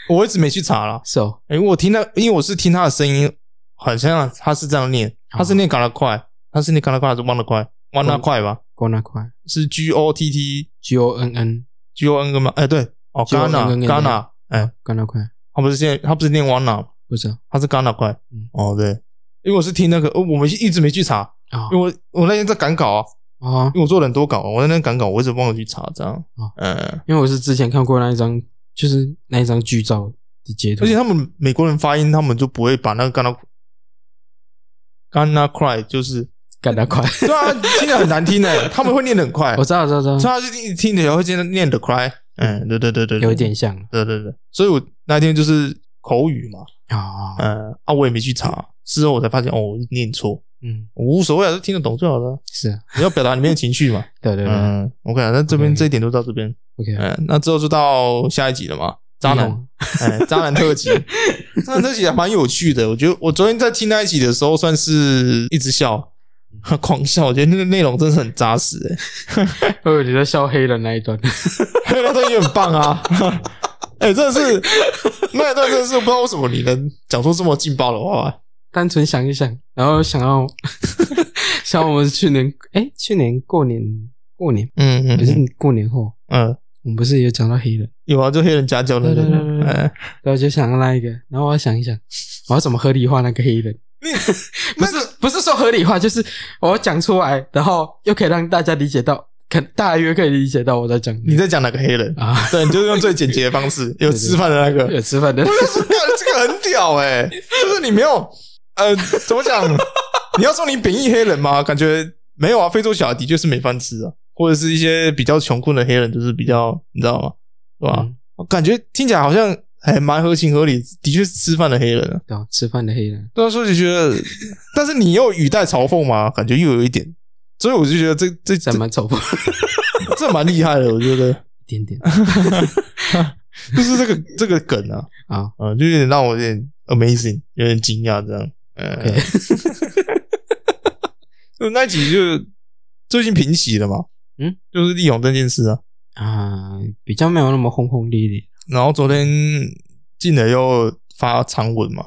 Speaker 2: 我一直没去查啦，
Speaker 3: 是哦，
Speaker 2: 因为我听到，因为我是听他的声音，好像他是这样
Speaker 3: 哦
Speaker 2: 念，他是念嘎啦快，他是念嘎啦快还是忘了快，忘了快吧，
Speaker 3: 光那块
Speaker 2: 是 G O T T
Speaker 3: G O N N
Speaker 2: G O N 个吗？哎，对，哦，
Speaker 3: G O
Speaker 2: 戛
Speaker 3: N
Speaker 2: 纳，
Speaker 3: 跟
Speaker 2: 戛纳，哎，
Speaker 3: 光那块，
Speaker 2: 他不是现他不是念 Wana，
Speaker 3: 不知道
Speaker 2: 他是 Ghana 怪
Speaker 3: 嗯。
Speaker 2: 哦，对，因为我是听那个，呃我们一直没去查，
Speaker 3: 啊
Speaker 2: 因为我我那天在赶稿啊，
Speaker 3: 啊
Speaker 2: 因！为我做了很多稿，我那天赶稿，我一直忘了去查，这样
Speaker 3: 哦。
Speaker 2: 嗯，
Speaker 3: 因为我是之前看过那一张，就是那一张剧照的截图，
Speaker 2: 而且他们美国人发音，他们就不会把那个 Ghana Ghana cry 就是，
Speaker 3: 干那块，
Speaker 2: 对啊，听得很难听 诶，他们会念得很快，
Speaker 3: 我
Speaker 2: 所
Speaker 3: 知道知道知道
Speaker 2: 以，他就听听起来会念念的 cry。嗯，对对对对，对
Speaker 3: 有一，点像
Speaker 2: 对对对，所以我那天就是口语嘛，
Speaker 3: 啊，
Speaker 2: 嗯啊，我也没去查，事后我才发现哦，我念错，
Speaker 3: 嗯，
Speaker 2: 我无所谓啊，就听得懂最好了。
Speaker 3: 是啊，
Speaker 2: 你要表达里面的情绪嘛。
Speaker 3: 对对对
Speaker 2: 嗯，OK，啊那这边
Speaker 3: OK，OK
Speaker 2: 这一点就到这边。
Speaker 3: ，OK，
Speaker 2: 嗯，那之后就到下一集了嘛，渣
Speaker 3: 一
Speaker 2: 男
Speaker 3: 样，
Speaker 2: 哎，渣男特辑，渣男特辑还蛮有趣的。我觉得我昨天在听那一集的时候，算是一直笑，狂笑。我觉得那个内容真是很扎实、欸，
Speaker 3: 哦，你在笑黑人那一段，
Speaker 2: 哎，那段也很棒啊。 哎、真的是，那一段真的是不知道为什么你能讲出这么劲爆的话。
Speaker 3: 单纯想一想，然后想要 想我们去年，哎，去年过年过年
Speaker 2: 嗯
Speaker 3: 还是
Speaker 2: 嗯
Speaker 3: 过年后，
Speaker 2: 嗯，
Speaker 3: 我们不是也讲到黑人，
Speaker 2: 有啊，就黑人夹角那
Speaker 3: 对对
Speaker 2: 个，
Speaker 3: 对对对
Speaker 2: 哎，
Speaker 3: 然后我就想到那一个，然后我要想一想，我要怎么合理化那个黑人？ 不是不是说合理化，就是我要讲出来，然后又可以让大家理解到，可大约可以理解到我在讲
Speaker 2: 你在讲哪个黑人？
Speaker 3: 啊，
Speaker 2: 对，你就用最简洁的方式，有吃饭的那个，
Speaker 3: 有吃饭的
Speaker 2: 不是，是干这个很屌哎、就是你没有呃，怎么讲？你要说你贬义黑人吗？感觉没有啊，非洲小孩的确是没饭吃啊，或者是一些比较穷困的黑人，就是比较你知道吗？对吧？
Speaker 3: 嗯
Speaker 2: 我感觉听起来好像还蛮合情合理，的确是吃饭的黑人啊。
Speaker 3: 对啊，吃饭的黑人，
Speaker 2: 对啊，所以就觉得，但是你又语带嘲讽嘛，感觉又有一点，所以我就觉得这这这
Speaker 3: 怎么丑不
Speaker 2: 这蛮厉害的，我觉得
Speaker 3: 一 点点
Speaker 2: 就是这个这个梗啊，
Speaker 3: 啊？
Speaker 2: 啊、就有点让我有点 amazing，有点惊讶这样。呃 就那一集就最近平息了嘛，
Speaker 3: 嗯，
Speaker 2: 就是利用这件事啊。
Speaker 3: 啊，比较没有那么轰轰烈烈，
Speaker 2: 然后昨天进来又发长文嘛，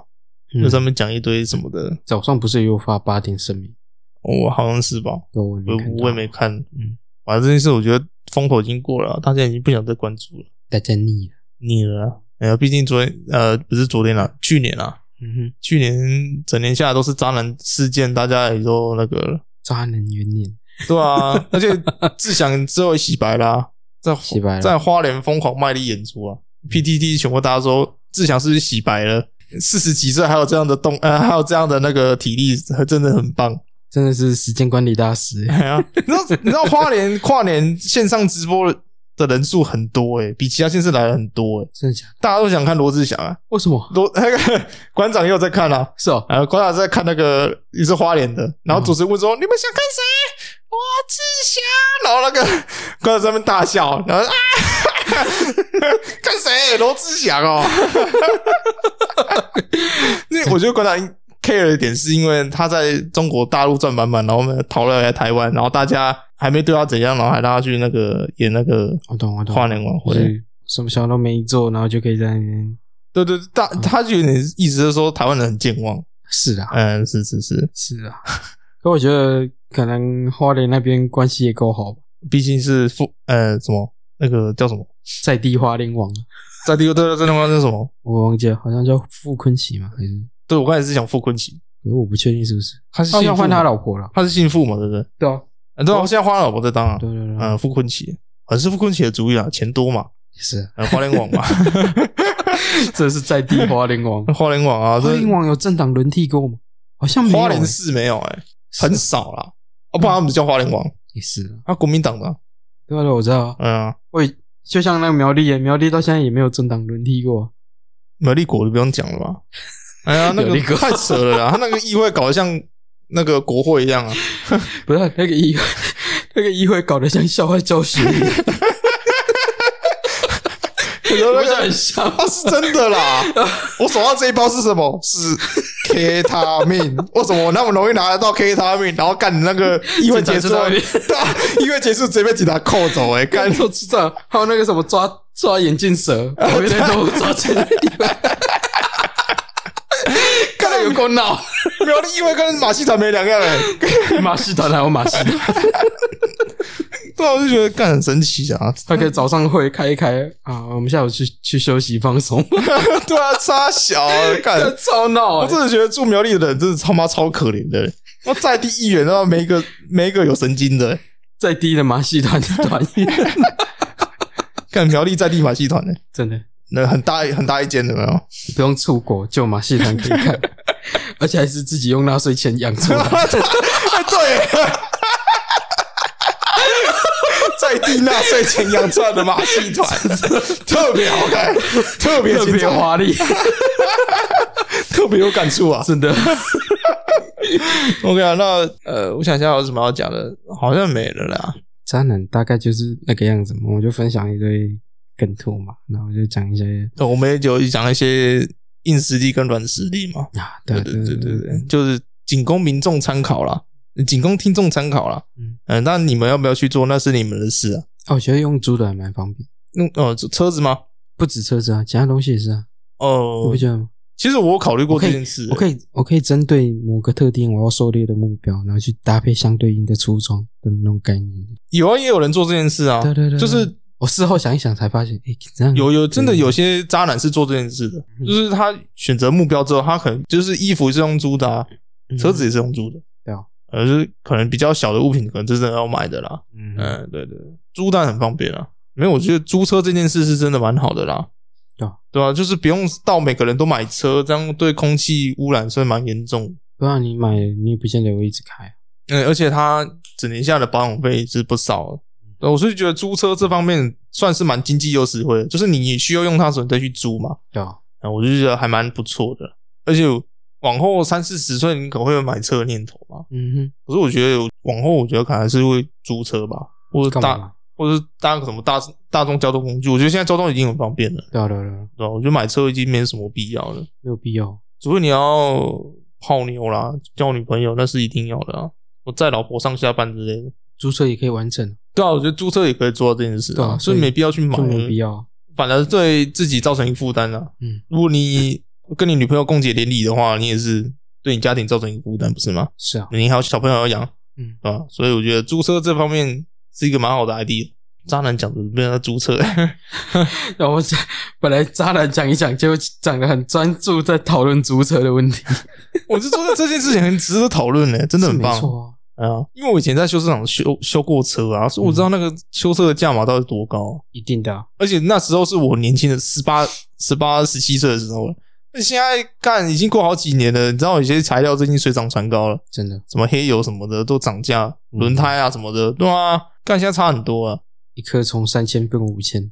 Speaker 3: 嗯
Speaker 2: 就上面讲一堆什么的，
Speaker 3: 早上不是又发八点声明，
Speaker 2: 我、好像是吧，
Speaker 3: 对我也
Speaker 2: 我
Speaker 3: 没看到
Speaker 2: 我也没，看，
Speaker 3: 嗯，
Speaker 2: 反正这件事我觉得风头已经过了啊，大家已经不想再关注了，
Speaker 3: 大家腻了，
Speaker 2: 腻了啊。哎呀，毕竟昨天呃不是昨天啦、去年啦、
Speaker 3: 嗯哼，
Speaker 2: 去年整年下来都是渣男事件，大家也都那个了。
Speaker 3: 渣男元年，
Speaker 2: 对啊，而且志祥之后也洗白啦、在
Speaker 3: 洗白了嗯
Speaker 2: 在花莲疯狂卖力演出啊，PTT 全部大家说志祥是不是洗白了？四十几岁还有这样的动，呃，还有这样的那个体力，真的很棒。
Speaker 3: 真的是时间管理大师，
Speaker 2: 哎呀，你知道你知道花莲跨年线上直播的人数很多诶、比其他县市来的很多诶、
Speaker 3: 真的假的？
Speaker 2: 大家都想看罗志祥啊，
Speaker 3: 为什么？
Speaker 2: 罗那个馆长也有在看啊，
Speaker 3: 是哦，
Speaker 2: 然后馆长在看那个也是花脸的，然后主持人问说：“你们想看谁？”我志祥，然后那个馆长在那边大笑，然后啊， 看谁？罗志祥哦。 那我觉得馆长 care 的点是因为他在中国大陆赚满满，然后我们逃了来台湾，然后大家还没对他怎样，然后还让他去那个演那个
Speaker 3: 我懂我懂，
Speaker 2: 花脸晚
Speaker 3: 就
Speaker 2: 会。
Speaker 3: 是什么小都没做，然后就可以在那边
Speaker 2: 对对，对大他就有点意思是说台湾人很健忘。
Speaker 3: 是啊，
Speaker 2: 嗯，是是是，
Speaker 3: 是啊。可我觉得可能花莲那边关系也够好吧，
Speaker 2: 毕竟是富呃什么那个叫什么，
Speaker 3: 在地花莲王啊，
Speaker 2: 在第二对对对方是什么？
Speaker 3: 我忘记了，好像叫傅坤奇嘛，还是
Speaker 2: 对我刚才是讲傅昆奇，
Speaker 3: 可是我不确定是不是。
Speaker 2: 他是
Speaker 3: 哦，
Speaker 2: 姓
Speaker 3: 要
Speaker 2: 傅
Speaker 3: 换他
Speaker 2: 嘛，
Speaker 3: 老婆了。
Speaker 2: 他是姓傅嘛，对不对？
Speaker 3: 对啊，
Speaker 2: 啊对啊，我现在花老婆在当啊，
Speaker 3: 对对对，
Speaker 2: 嗯，傅昆奇，很是傅昆奇的主意啊，钱多嘛，
Speaker 3: 是啊，
Speaker 2: 呃，花莲网嘛，
Speaker 3: 这是在地花莲王
Speaker 2: 花莲网啊，
Speaker 3: 花
Speaker 2: 这
Speaker 3: 莲王有政党轮替过吗？好像没有欸。啊
Speaker 2: 花莲市没有哎，很少啦，哦，不然他们叫花莲网，
Speaker 3: 也是啊，
Speaker 2: 啊，国民党的啊，
Speaker 3: 对啊对啊，我知道啊。
Speaker 2: 嗯啊，
Speaker 3: 喂，就像那个苗栗，哎苗栗到现在也没有政党轮替过啊。
Speaker 2: 美丽国就不用讲了吧，哎呀，那
Speaker 3: 有
Speaker 2: 个
Speaker 3: 立国
Speaker 2: 太扯了啦，他那个议会搞得像那个国会一 样啊，
Speaker 3: 不是那个议会， 那个议会搞得像校外教学一样，
Speaker 2: 不
Speaker 4: 不是很像 吗？
Speaker 2: 啊，是真的啦！ 我手上这一包是什么？是 K 他命。为什么我那么容易拿得到 K 他命？然后干你那 个议会结束，
Speaker 4: 警察知
Speaker 2: 对啊，议会结束直接被警察扣走、欸，哎，干
Speaker 3: 干错智障，还有那个什么抓抓眼镜蛇，我原来都抓进来议会， 看来有够闹，
Speaker 2: 苗栗议会跟马戏团没两样哎、
Speaker 3: 马戏团还有马戏 团，
Speaker 2: 对啊，我就觉得干很神奇啊！
Speaker 3: 他可以早上会开一开啊，我们下午去去休息放松，
Speaker 2: 对啊，差小 啊干，
Speaker 3: 超闹
Speaker 2: 我
Speaker 3: 啊
Speaker 2: 真！的觉得住苗栗的人真的他妈超可怜的、欸。我在地议员，然后没一个没一个有神经的、欸，
Speaker 3: 再低的马戏团的团 员，
Speaker 2: 干苗栗在地马戏团呢，欸
Speaker 3: 真的
Speaker 2: 那很大很大一间的没有？
Speaker 3: 不用出国就有马戏团可以 看，而且还是自己用纳税钱养出来。
Speaker 2: 对，在地纳税钱养出来的马戏团，特别好看，特别
Speaker 3: 特
Speaker 2: 精
Speaker 3: 别
Speaker 2: 彩，
Speaker 3: 华丽，
Speaker 2: 特别有感触啊！
Speaker 3: 真的
Speaker 2: OK 啊，那呃，我想一下有什么要讲的，好像没了啦。
Speaker 3: 渣男大概就是那个样子嘛，我就分享一堆梗图嘛，然后就讲一些
Speaker 2: 呃我们也有讲一些硬实力跟软实力嘛，
Speaker 3: 啊，
Speaker 2: 对
Speaker 3: 对
Speaker 2: 对对对
Speaker 3: 对
Speaker 2: 对，就是仅供民众参考啦，仅供听众参考啦。
Speaker 3: 嗯
Speaker 2: 嗯、那你们要不要去做，那是你们的事啊。
Speaker 3: 哦，我觉得用租的还蛮方便，
Speaker 2: 那哦、车子吗？
Speaker 3: 不止车子啊，其他东西也是啊，你
Speaker 2: 哦、
Speaker 3: 不觉得吗？
Speaker 2: 其实我有考虑过
Speaker 3: 我可
Speaker 2: 这
Speaker 3: 以
Speaker 2: 件事、
Speaker 3: 我可以，我可以针对某个特定我要狩猎的目标，然后去搭配相对应的出装的那种概念。
Speaker 2: 有啊，也有人做这件事啊。
Speaker 3: 对对对对嗯
Speaker 2: 就是
Speaker 3: 我我事后想一想才发现，哎、这样
Speaker 2: 有有真的有些渣男是做这件事的，就是他选择目标之后，他可能就是衣服是用租的、啊，
Speaker 3: 嗯
Speaker 2: 车子，也是用租的，
Speaker 3: 对啊，
Speaker 2: 而是可能比较小的物品，可能真的要买的啦。
Speaker 3: 嗯嗯，
Speaker 2: 嗯，对对，对租当然很方便啦。没有，我觉得租车这件事是真的蛮好的啦。
Speaker 3: 对啊，
Speaker 2: 对啊，就是不用到每个人都买车，这样对空气污染算蛮严重的。
Speaker 3: 不然你买你也不见得会一直开啊、
Speaker 2: 嗯，而且它整年下的保养费是不少的。呃我是觉得租车这方面算是蛮经济又实惠的，就是你需要用它的时候你再去租嘛。
Speaker 3: 对啊，
Speaker 2: 啊，我就觉得还蛮不错的。而且往后三四十岁，你可能会有买车的念头嘛。
Speaker 3: 嗯
Speaker 2: 可是我觉得有往后，我觉得可能还是会租车吧，或
Speaker 3: 哼，
Speaker 2: 者
Speaker 3: 干
Speaker 2: 大，
Speaker 3: 嘛？啊
Speaker 2: 或者是搭什么大大众交通工具。我觉得现在交通已经很方便了，
Speaker 3: 对啊对啊对啊，
Speaker 2: 对吧？我觉得买车已经没什么必要了，
Speaker 3: 没有必要。
Speaker 2: 除非你要泡妞啦、交女朋友，那是一定要的啊。我载老婆上下班之类的。
Speaker 3: 租车也可以完整，
Speaker 2: 对啊，我觉得租车也可以做到这件事
Speaker 3: 对
Speaker 2: 啊，
Speaker 3: 啊
Speaker 2: 所以
Speaker 3: 所以
Speaker 2: 没必要去买
Speaker 3: 就，没必要啊。
Speaker 2: 反而对自己造成一个负担啊。
Speaker 3: 嗯，
Speaker 2: 如果你跟你女朋友共结连理的话，你也是对你家庭造成一个负担，不是吗？
Speaker 3: 是 啊，
Speaker 2: 你还有小朋友要养，
Speaker 3: 嗯，
Speaker 2: 对吧？所以我觉得租车这方面是一个蛮好的 idea。渣男讲的被他租车，
Speaker 3: 然后我想本来渣男讲一讲，结果讲的很专注在讨论租车的问题，
Speaker 2: 我就说这件事情很值得讨论 欸呢，真的
Speaker 3: 是
Speaker 2: 很
Speaker 3: 没
Speaker 2: 棒。
Speaker 3: 错啊，
Speaker 2: 啊，因为我以前在修车厂修修过车啊，所以我知道那个修车的价码到底多高啊、
Speaker 3: 一定的啊。
Speaker 2: 而且那时候是我年轻的十八、十八、十七岁的时候了。那现在干已经过好几年了，你知道有些材料最近水涨船高了，
Speaker 3: 真的，
Speaker 2: 什么黑油什么的都涨价，
Speaker 3: 嗯
Speaker 2: 轮胎啊什么的，对啊，干现在差很多啊，
Speaker 3: 一颗从三千变五千，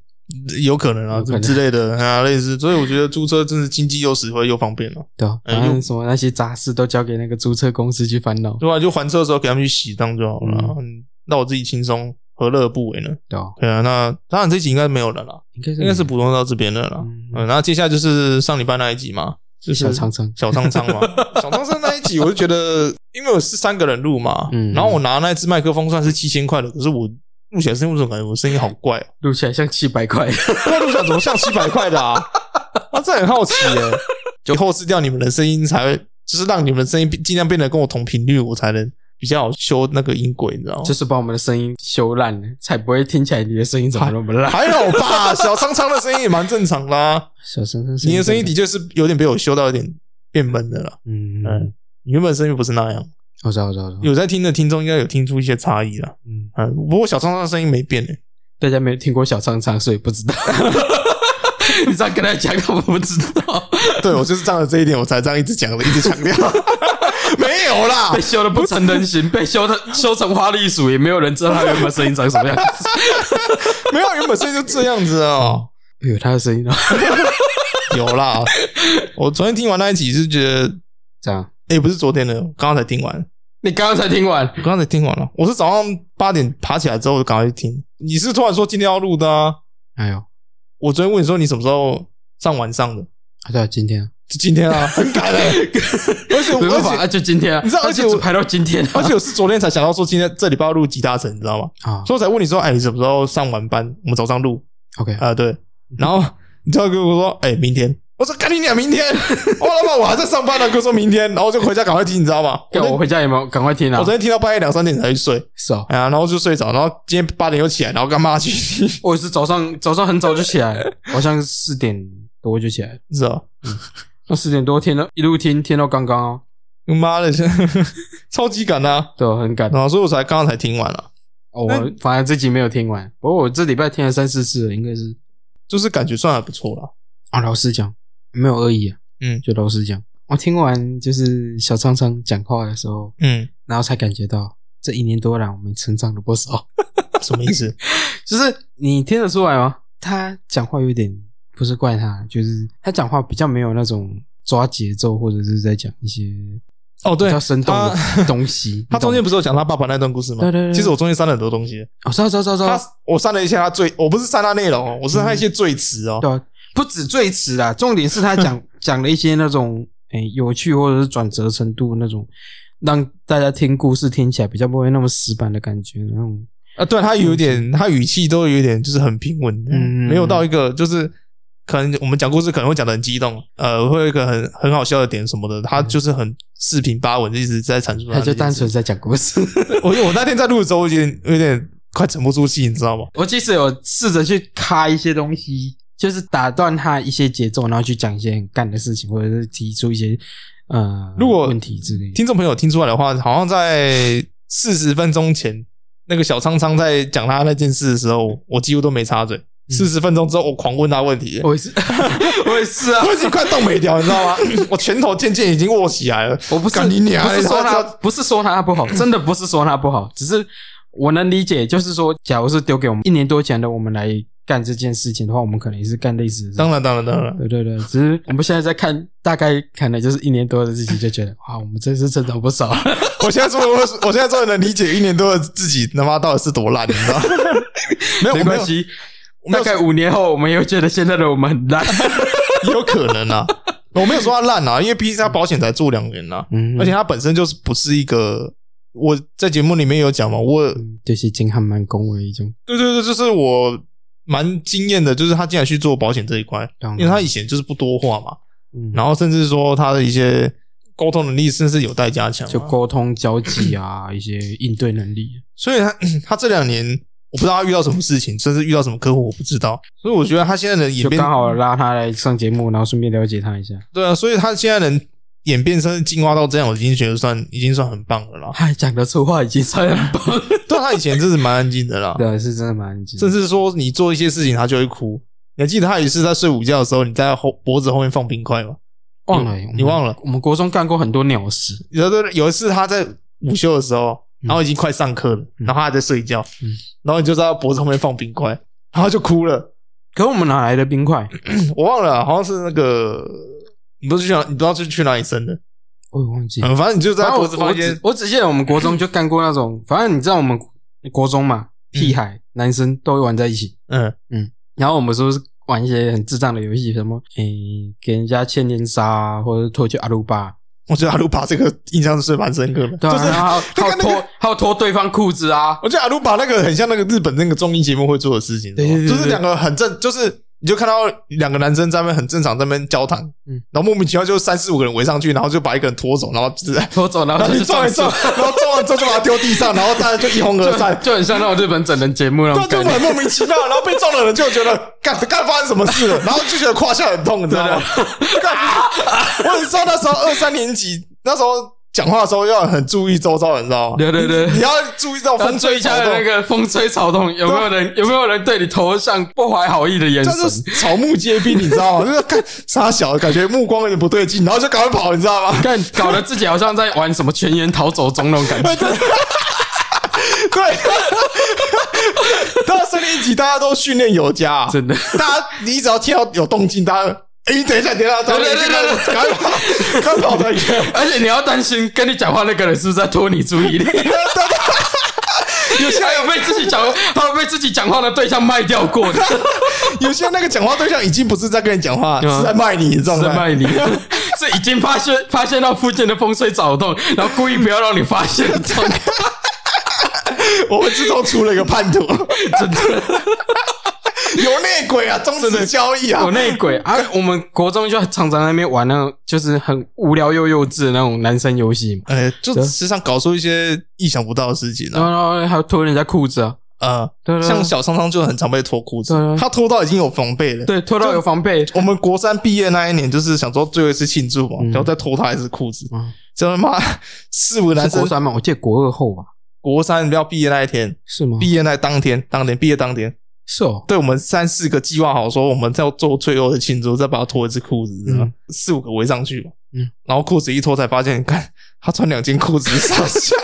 Speaker 2: 有可能啊
Speaker 3: 有可能
Speaker 2: 之类的啊，类似。所以我觉得租车真是经济又实惠又方便了、
Speaker 3: 对啊，
Speaker 2: 嗯
Speaker 3: 反正什么那些杂事都交给那个租车公司去烦恼，
Speaker 2: 对啊，就还车的时候给他们去洗当就好了啊，嗯让我自己轻松，何乐而不为呢？
Speaker 3: 对啊，
Speaker 2: 对啊，那当然这集应该没有了啦，
Speaker 3: 应该是
Speaker 2: 应该是补充到这边了啦。
Speaker 3: 嗯
Speaker 2: 嗯，然后接下来就是上礼拜那一集嘛，就是
Speaker 3: 小苍苍，
Speaker 2: 小苍苍嘛， 小苍苍那一集，我就觉得，因为我是三个人录嘛，
Speaker 3: 嗯
Speaker 2: 然后我拿那支麦克风算是七千块的，可是我录起来声音，我总感觉我声音好怪哦、
Speaker 3: 录起来像七百块，
Speaker 2: 那录起来怎么像七百块的啊？ 啊，这很好奇耶、就后置掉你们的声音，才会就是让你们的声音尽量变得跟我同频率，我才能比较好修那个音轨，你知道吗？
Speaker 3: 就是把我们的声音修烂了，才不会听起来你的声音怎么那么烂。
Speaker 2: 还好吧， 小苍苍的声音也蛮正常啦、
Speaker 3: 小苍苍，
Speaker 2: 你的声音的确是有点被我修到有点变闷的了。
Speaker 3: 嗯，
Speaker 2: 嗯
Speaker 3: 嗯，
Speaker 2: 你原本声音不是那样，
Speaker 3: 我知道，我知道，我知道。
Speaker 2: 有在听的听众应该有听出一些差异啦。
Speaker 3: 嗯，
Speaker 2: 嗯，不过小苍苍声音没变欸诶、
Speaker 3: 大家没有听过小苍苍，所以不知 道。你这样跟他讲，他们不知道，
Speaker 2: 对我就是仗着这一点，我才这样一直讲的，一直强调。 没有啦
Speaker 3: 被，修的啊不成人形，被修的修成花栗鼠，也没有人知道他原本声音长什么样 子。
Speaker 2: 没有，原本声音就这样子哦、
Speaker 3: 哎呦，他的声音啊，
Speaker 2: 有啦，我昨天听完那一集是觉得，
Speaker 3: 这样。
Speaker 2: 诶、不是昨天的，刚刚才听完，
Speaker 3: 你刚刚才听完
Speaker 2: 我，刚刚才听完了。我是早上八点爬起来之后就赶快去听。你是突然说今天要录的啊？
Speaker 3: 哎呦，
Speaker 2: 我昨天问你说你什么时候上晚上的？
Speaker 3: 啊对啊，今天啊，
Speaker 2: 就今天 啊，很赶诶、而且我
Speaker 3: 没
Speaker 2: 而
Speaker 3: 办法，
Speaker 2: 且
Speaker 3: 啊就今天啊，
Speaker 2: 你知道
Speaker 3: 啊
Speaker 2: 而且
Speaker 3: 就只
Speaker 2: 我
Speaker 3: 排到今天啊，
Speaker 2: 而且我是昨天才想到说今天这礼拜要录吉他城，你知道吗？
Speaker 3: 啊
Speaker 2: 所以我才问你说，哎、你什么时候上晚班？我们早上录
Speaker 3: ，OK，
Speaker 2: 啊、 对。然后你就要跟我说，哎、明天。我说赶紧讲明天， 我老板我还在上班呢，跟我说明天，然后我就回家赶快听，你知道吗？我
Speaker 3: 干
Speaker 2: 昨
Speaker 3: 我
Speaker 2: 天
Speaker 3: 回家也没有赶快听啊
Speaker 2: 我昨，天听到半夜两三点才去睡，
Speaker 3: 是啊，
Speaker 2: 哎呀，然后就睡着，然后今天八点又起来，然后干嘛去听，
Speaker 3: 我也是早上早上很早就起来了，好像四点多就起来了，
Speaker 2: 是吧？
Speaker 3: 那四点多听到一路听听到刚刚哦，
Speaker 2: 妈的，真的 超级赶呐、
Speaker 3: 对我很感动。
Speaker 2: 然后所以我才刚刚才听完了，
Speaker 3: 哦我反正这集没有听完，不过我这礼拜听了三四次了，应该是
Speaker 2: 就是感觉算还不错啦。
Speaker 3: 啊，老实讲没有恶意啊，
Speaker 2: 嗯
Speaker 3: 就老实讲，我听完就是小苍苍讲话的时候，
Speaker 2: 嗯，
Speaker 3: 然后才感觉到这一年多来我们成长了不少。
Speaker 2: 什么意思？
Speaker 3: 就是你听得出来吗？他讲话有点不是怪他，就是他讲话比较没有那种抓节奏，或者是在讲一些
Speaker 2: 哦，
Speaker 3: 比
Speaker 2: 对
Speaker 3: 较，生 动的 东西。
Speaker 2: 他中间
Speaker 3: 你
Speaker 2: 不是有讲他爸爸那段故事吗？
Speaker 3: 对对对
Speaker 2: 其实我中间删了很多东西，
Speaker 3: 懂哦，知道知道知道知
Speaker 2: 他
Speaker 3: 道，
Speaker 2: 我删了一下他最，我不是删他内容哦，我是删他一些最词哦。
Speaker 3: 嗯对啊，不止最迟啦，重点是他讲讲 了一些那种诶、哎有趣或者是转折程度那种，让大家听故事听起来比较不会那么死板的感觉，那种
Speaker 2: 啊，对他有点，他语气都有点就是很平稳，
Speaker 3: 嗯
Speaker 2: 没有到一个就是可能我们讲故事可能会讲的很激动，呃，会有一个很很好笑的点什么的，他就是很四平八稳，一直在阐述
Speaker 3: 他
Speaker 2: 这
Speaker 3: 就
Speaker 2: 件
Speaker 3: 单
Speaker 2: 事。
Speaker 3: 纯在讲故事。
Speaker 2: 我我那天在录的时候，我有点有点快沉不住气，你知道吗？
Speaker 3: 我其实有试着去卡一些东西，就是打断他一些节奏，然后去讲一些很干的事情，或者是提出一些呃
Speaker 2: 如果
Speaker 3: 问题之类的。
Speaker 2: 听众朋友听出来的话，好像在四十分钟前，那个小苍苍在讲他那件事的时候，我几乎都没插嘴。
Speaker 3: 嗯
Speaker 2: 四十分钟之后，我狂问他问题，
Speaker 3: 我也是，我也是啊，
Speaker 2: 我已经快冻没掉，你知道吗？我拳头渐渐已经握起来了。
Speaker 3: 我不是
Speaker 2: 干你娘
Speaker 3: 不是说
Speaker 2: 他
Speaker 3: 他不是说 他不好，真的不是说他不好，只是我能理解，就是说，假如是丢给我们一年多前的我们来干这件事情的话，我们可能也是干类似的事情。
Speaker 2: 当然，当然，当然，
Speaker 3: 对对对，只是我们现在在看，大概可能就是一年多的自己就觉得，哇，我们真是成长不少。
Speaker 2: 我现在终于，我我现在终于能理解一年多的自己他妈到底是多烂，你知 道吗？ 没有
Speaker 3: 没关，系，
Speaker 2: 没
Speaker 3: 大
Speaker 2: 有
Speaker 3: 概五年后，我们又觉得现在的我们 很
Speaker 2: 我
Speaker 3: 烂。
Speaker 2: 没有也有可能啊。 我没有说他烂啊，因为毕竟他保险才做两年啊，
Speaker 3: 嗯
Speaker 2: 而且他本身就是不是一个。我在节目里面有讲嘛，我
Speaker 3: 就是金汉蛮恭维一种，
Speaker 2: 对对对，就是我蛮惊艳的，就是他竟然去做保险这一块，
Speaker 3: 嗯
Speaker 2: 因为他以前就是不多话嘛，然
Speaker 3: 后
Speaker 2: 后甚至说他的一些沟通能力甚至有待加强嘛，啊
Speaker 3: 就沟通交 际啊，一些应对能力。
Speaker 2: 所以他 他这两年我不知道他遇到什么事情，甚至遇到什么客户我不知道，所以我觉得他现在能演
Speaker 3: 就
Speaker 2: 变
Speaker 3: 刚好拉他来上节目，然后顺便了解他一下。。
Speaker 2: 对啊，所以他现在能演变甚至进化到这样，我已经觉得算已经算很棒了啦
Speaker 3: 哎，讲得出话已经算很棒，
Speaker 2: 对啊，他以前真是蛮安静的啦，
Speaker 3: 对，啊是真的蛮安静
Speaker 2: 甚
Speaker 3: 的
Speaker 2: 至说你做一些事情他就会哭。你还记得他有一次在睡午觉的时候，你在后脖子后面放冰块吗？
Speaker 3: 忘了，
Speaker 2: 你
Speaker 3: 我们
Speaker 2: 你忘了？
Speaker 3: 我们国中干过很多鸟事，
Speaker 2: 有的有一次他在午休的时候，然后已经快上课了，
Speaker 3: 嗯
Speaker 2: 然后他还在睡觉，
Speaker 3: 嗯
Speaker 2: 然后你就在他脖子后面放冰块，然后就哭了。
Speaker 3: 可我们哪来的冰块？
Speaker 2: 我忘了，好像是那个你不是去哪，你不知道是去哪里生的，
Speaker 3: 我也忘记了。
Speaker 2: 嗯，反正你就在
Speaker 3: 然
Speaker 2: 他
Speaker 3: 后
Speaker 2: 脖
Speaker 3: 我
Speaker 2: 子放
Speaker 3: 我
Speaker 2: 一些
Speaker 3: 只我只记得我们国中就干过那种，反正你知道我们国中嘛，屁孩男生都会玩在一起，
Speaker 2: 嗯，
Speaker 3: 然后我们是不是玩一些很智障的游戏，什么诶、给人家千年杀、啊，或者是脱去阿鲁巴，啊
Speaker 2: 我觉得阿鲁巴这个印象是蛮深刻的，
Speaker 3: 对、啊，
Speaker 2: 就是
Speaker 3: 然后还有还 有
Speaker 2: 那个那
Speaker 3: 脱还有脱对方裤子啊，
Speaker 2: 我觉得阿鲁巴那个很像那个日本那个综艺节目会做的事情，
Speaker 3: 对对对对
Speaker 2: 就是两个很正，就是你就看到两个男生在那边很正常在那边交谈，
Speaker 3: 嗯
Speaker 2: 然后莫名其妙就三四五个人围上去，然后就把一个人拖走，然后就是
Speaker 3: 脱走 然
Speaker 2: 然
Speaker 3: 后
Speaker 2: 后
Speaker 3: 就
Speaker 2: 你
Speaker 3: 去
Speaker 2: 撞一
Speaker 3: 树
Speaker 2: 撞，然后撞完之后就把它丢地上，然后大家就一哄而
Speaker 3: 就
Speaker 2: 散。
Speaker 3: 就很像那种日本整人节目那
Speaker 2: 对，啊
Speaker 3: 种
Speaker 2: 就
Speaker 3: 感
Speaker 2: 很
Speaker 3: 觉。
Speaker 2: 莫名其妙，然后被撞的人就觉得干干发生什么事了，然后就觉得胯下很痛，你知道吗？ 干我只知道那时候二三年级，那时候讲话的时候要很注意周遭，你知道吗？
Speaker 3: 对 对对，
Speaker 2: 你要注意 到
Speaker 3: 然后
Speaker 2: 风吹
Speaker 3: 追一
Speaker 2: 草
Speaker 3: 下的
Speaker 2: 动
Speaker 3: 那，个风吹草动，有没有人有没有人对你投向不怀好意的眼
Speaker 2: 啊这就
Speaker 3: 神
Speaker 2: 是？草木皆兵，你知道吗？就是 看傻小，感觉目光有点不对劲，然后就赶快跑，你知道吗？
Speaker 3: 干搞得自己好像在玩什么全员逃走中那种感觉。
Speaker 2: 对， 到森林级大家都训练有加、啊，
Speaker 3: 真的
Speaker 2: 大家你只要听到有动静，大家哎、等一下，等一下，等一
Speaker 3: 对对对
Speaker 2: 下，赶快跑，赶快跑的一个。
Speaker 3: 而且你要担心跟你讲话那个人是不是在拖你注 意力，有些还有被自己讲，还有被自己讲话的对象卖掉 过的，
Speaker 2: 有些那个讲话对象已经不是在跟你讲话，
Speaker 3: 对啊
Speaker 2: 是在卖你，你知道
Speaker 3: 是
Speaker 2: 吗？
Speaker 3: 卖你，是已经发现发现到附近的风吹草动，然后故意不要让你发现的 状态，
Speaker 2: 我们自从出了一个叛徒，
Speaker 3: 真的。
Speaker 2: 有内鬼啊，终止交易啊
Speaker 3: 有，内鬼啊！我们国中就常常在那边玩那种，就是很无聊又幼稚的那种男生游戏嘛。
Speaker 2: 呃，就时常搞出一些意想不到的事情
Speaker 3: 然
Speaker 2: 啊，
Speaker 3: 后，然后还有脱人家裤子啊，
Speaker 2: 呃，
Speaker 3: 对对对
Speaker 2: 像小苍苍就很常被脱裤子
Speaker 3: 对，对
Speaker 2: 他脱到已经有防备了。
Speaker 3: 嗯对，脱到有防备，
Speaker 2: 我们国三毕业那一年，就是想说最后一次庆祝嘛，
Speaker 3: 嗯
Speaker 2: 然后再脱他一次裤子
Speaker 3: 嗯，
Speaker 2: 真他妈四五个男
Speaker 3: 是
Speaker 2: 生
Speaker 3: 国三嘛？我记得国二嗯后吧，
Speaker 2: 国三要毕业那一天，
Speaker 3: 是吗？
Speaker 2: 毕业那当天，当天毕业当天，
Speaker 3: 是哦，
Speaker 2: 对我们三四个计划好说，我们要做最后的庆祝，再把他脱一次裤子，
Speaker 3: 嗯
Speaker 2: 然后四五个围上去嘛，
Speaker 3: 嗯，
Speaker 2: 然后裤子一脱才发现，看他穿两件裤子上 下，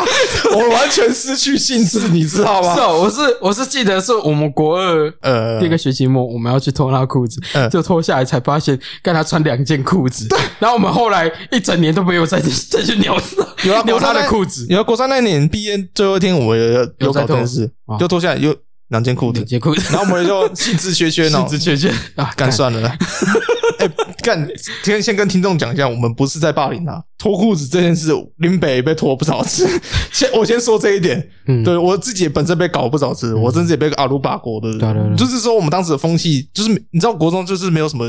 Speaker 2: 我完全失去兴致，你知道
Speaker 3: 是
Speaker 2: 吗？
Speaker 3: 哦，我是我是记得是我们国二
Speaker 2: 呃，
Speaker 3: 第一个学期末，我们要去脱他裤子
Speaker 2: 嗯，
Speaker 3: 就脱下来才发现，干他穿两件裤子。然后我们后来一整年都没有再去再去鸟
Speaker 2: 有啊
Speaker 3: 鸟
Speaker 2: 国三
Speaker 3: 他的
Speaker 2: 那
Speaker 3: 裤子，
Speaker 2: 然后国三那年毕业最后一天，我们有有
Speaker 3: 有在
Speaker 2: 搞这件
Speaker 3: 嗯脱
Speaker 2: 事
Speaker 3: 啊，
Speaker 2: 就脱下来有两件裤子
Speaker 3: 两，件裤子，
Speaker 2: 然后我们就兴致缺缺呢
Speaker 3: 甚，至缺缺啊，
Speaker 2: 干
Speaker 3: 干
Speaker 2: 算了啦， 哎、干，先先跟听众讲一下，我们不是在霸凌他，脱裤子这件事，林北也被脱不少次。 先我先说这一点，
Speaker 3: 嗯，
Speaker 2: 对我自己也本身被搞不少次，我甚至也被阿鲁巴过的。
Speaker 3: 对对啊对
Speaker 2: 就是说我们当时的风气，就是你知道国中就是没有什么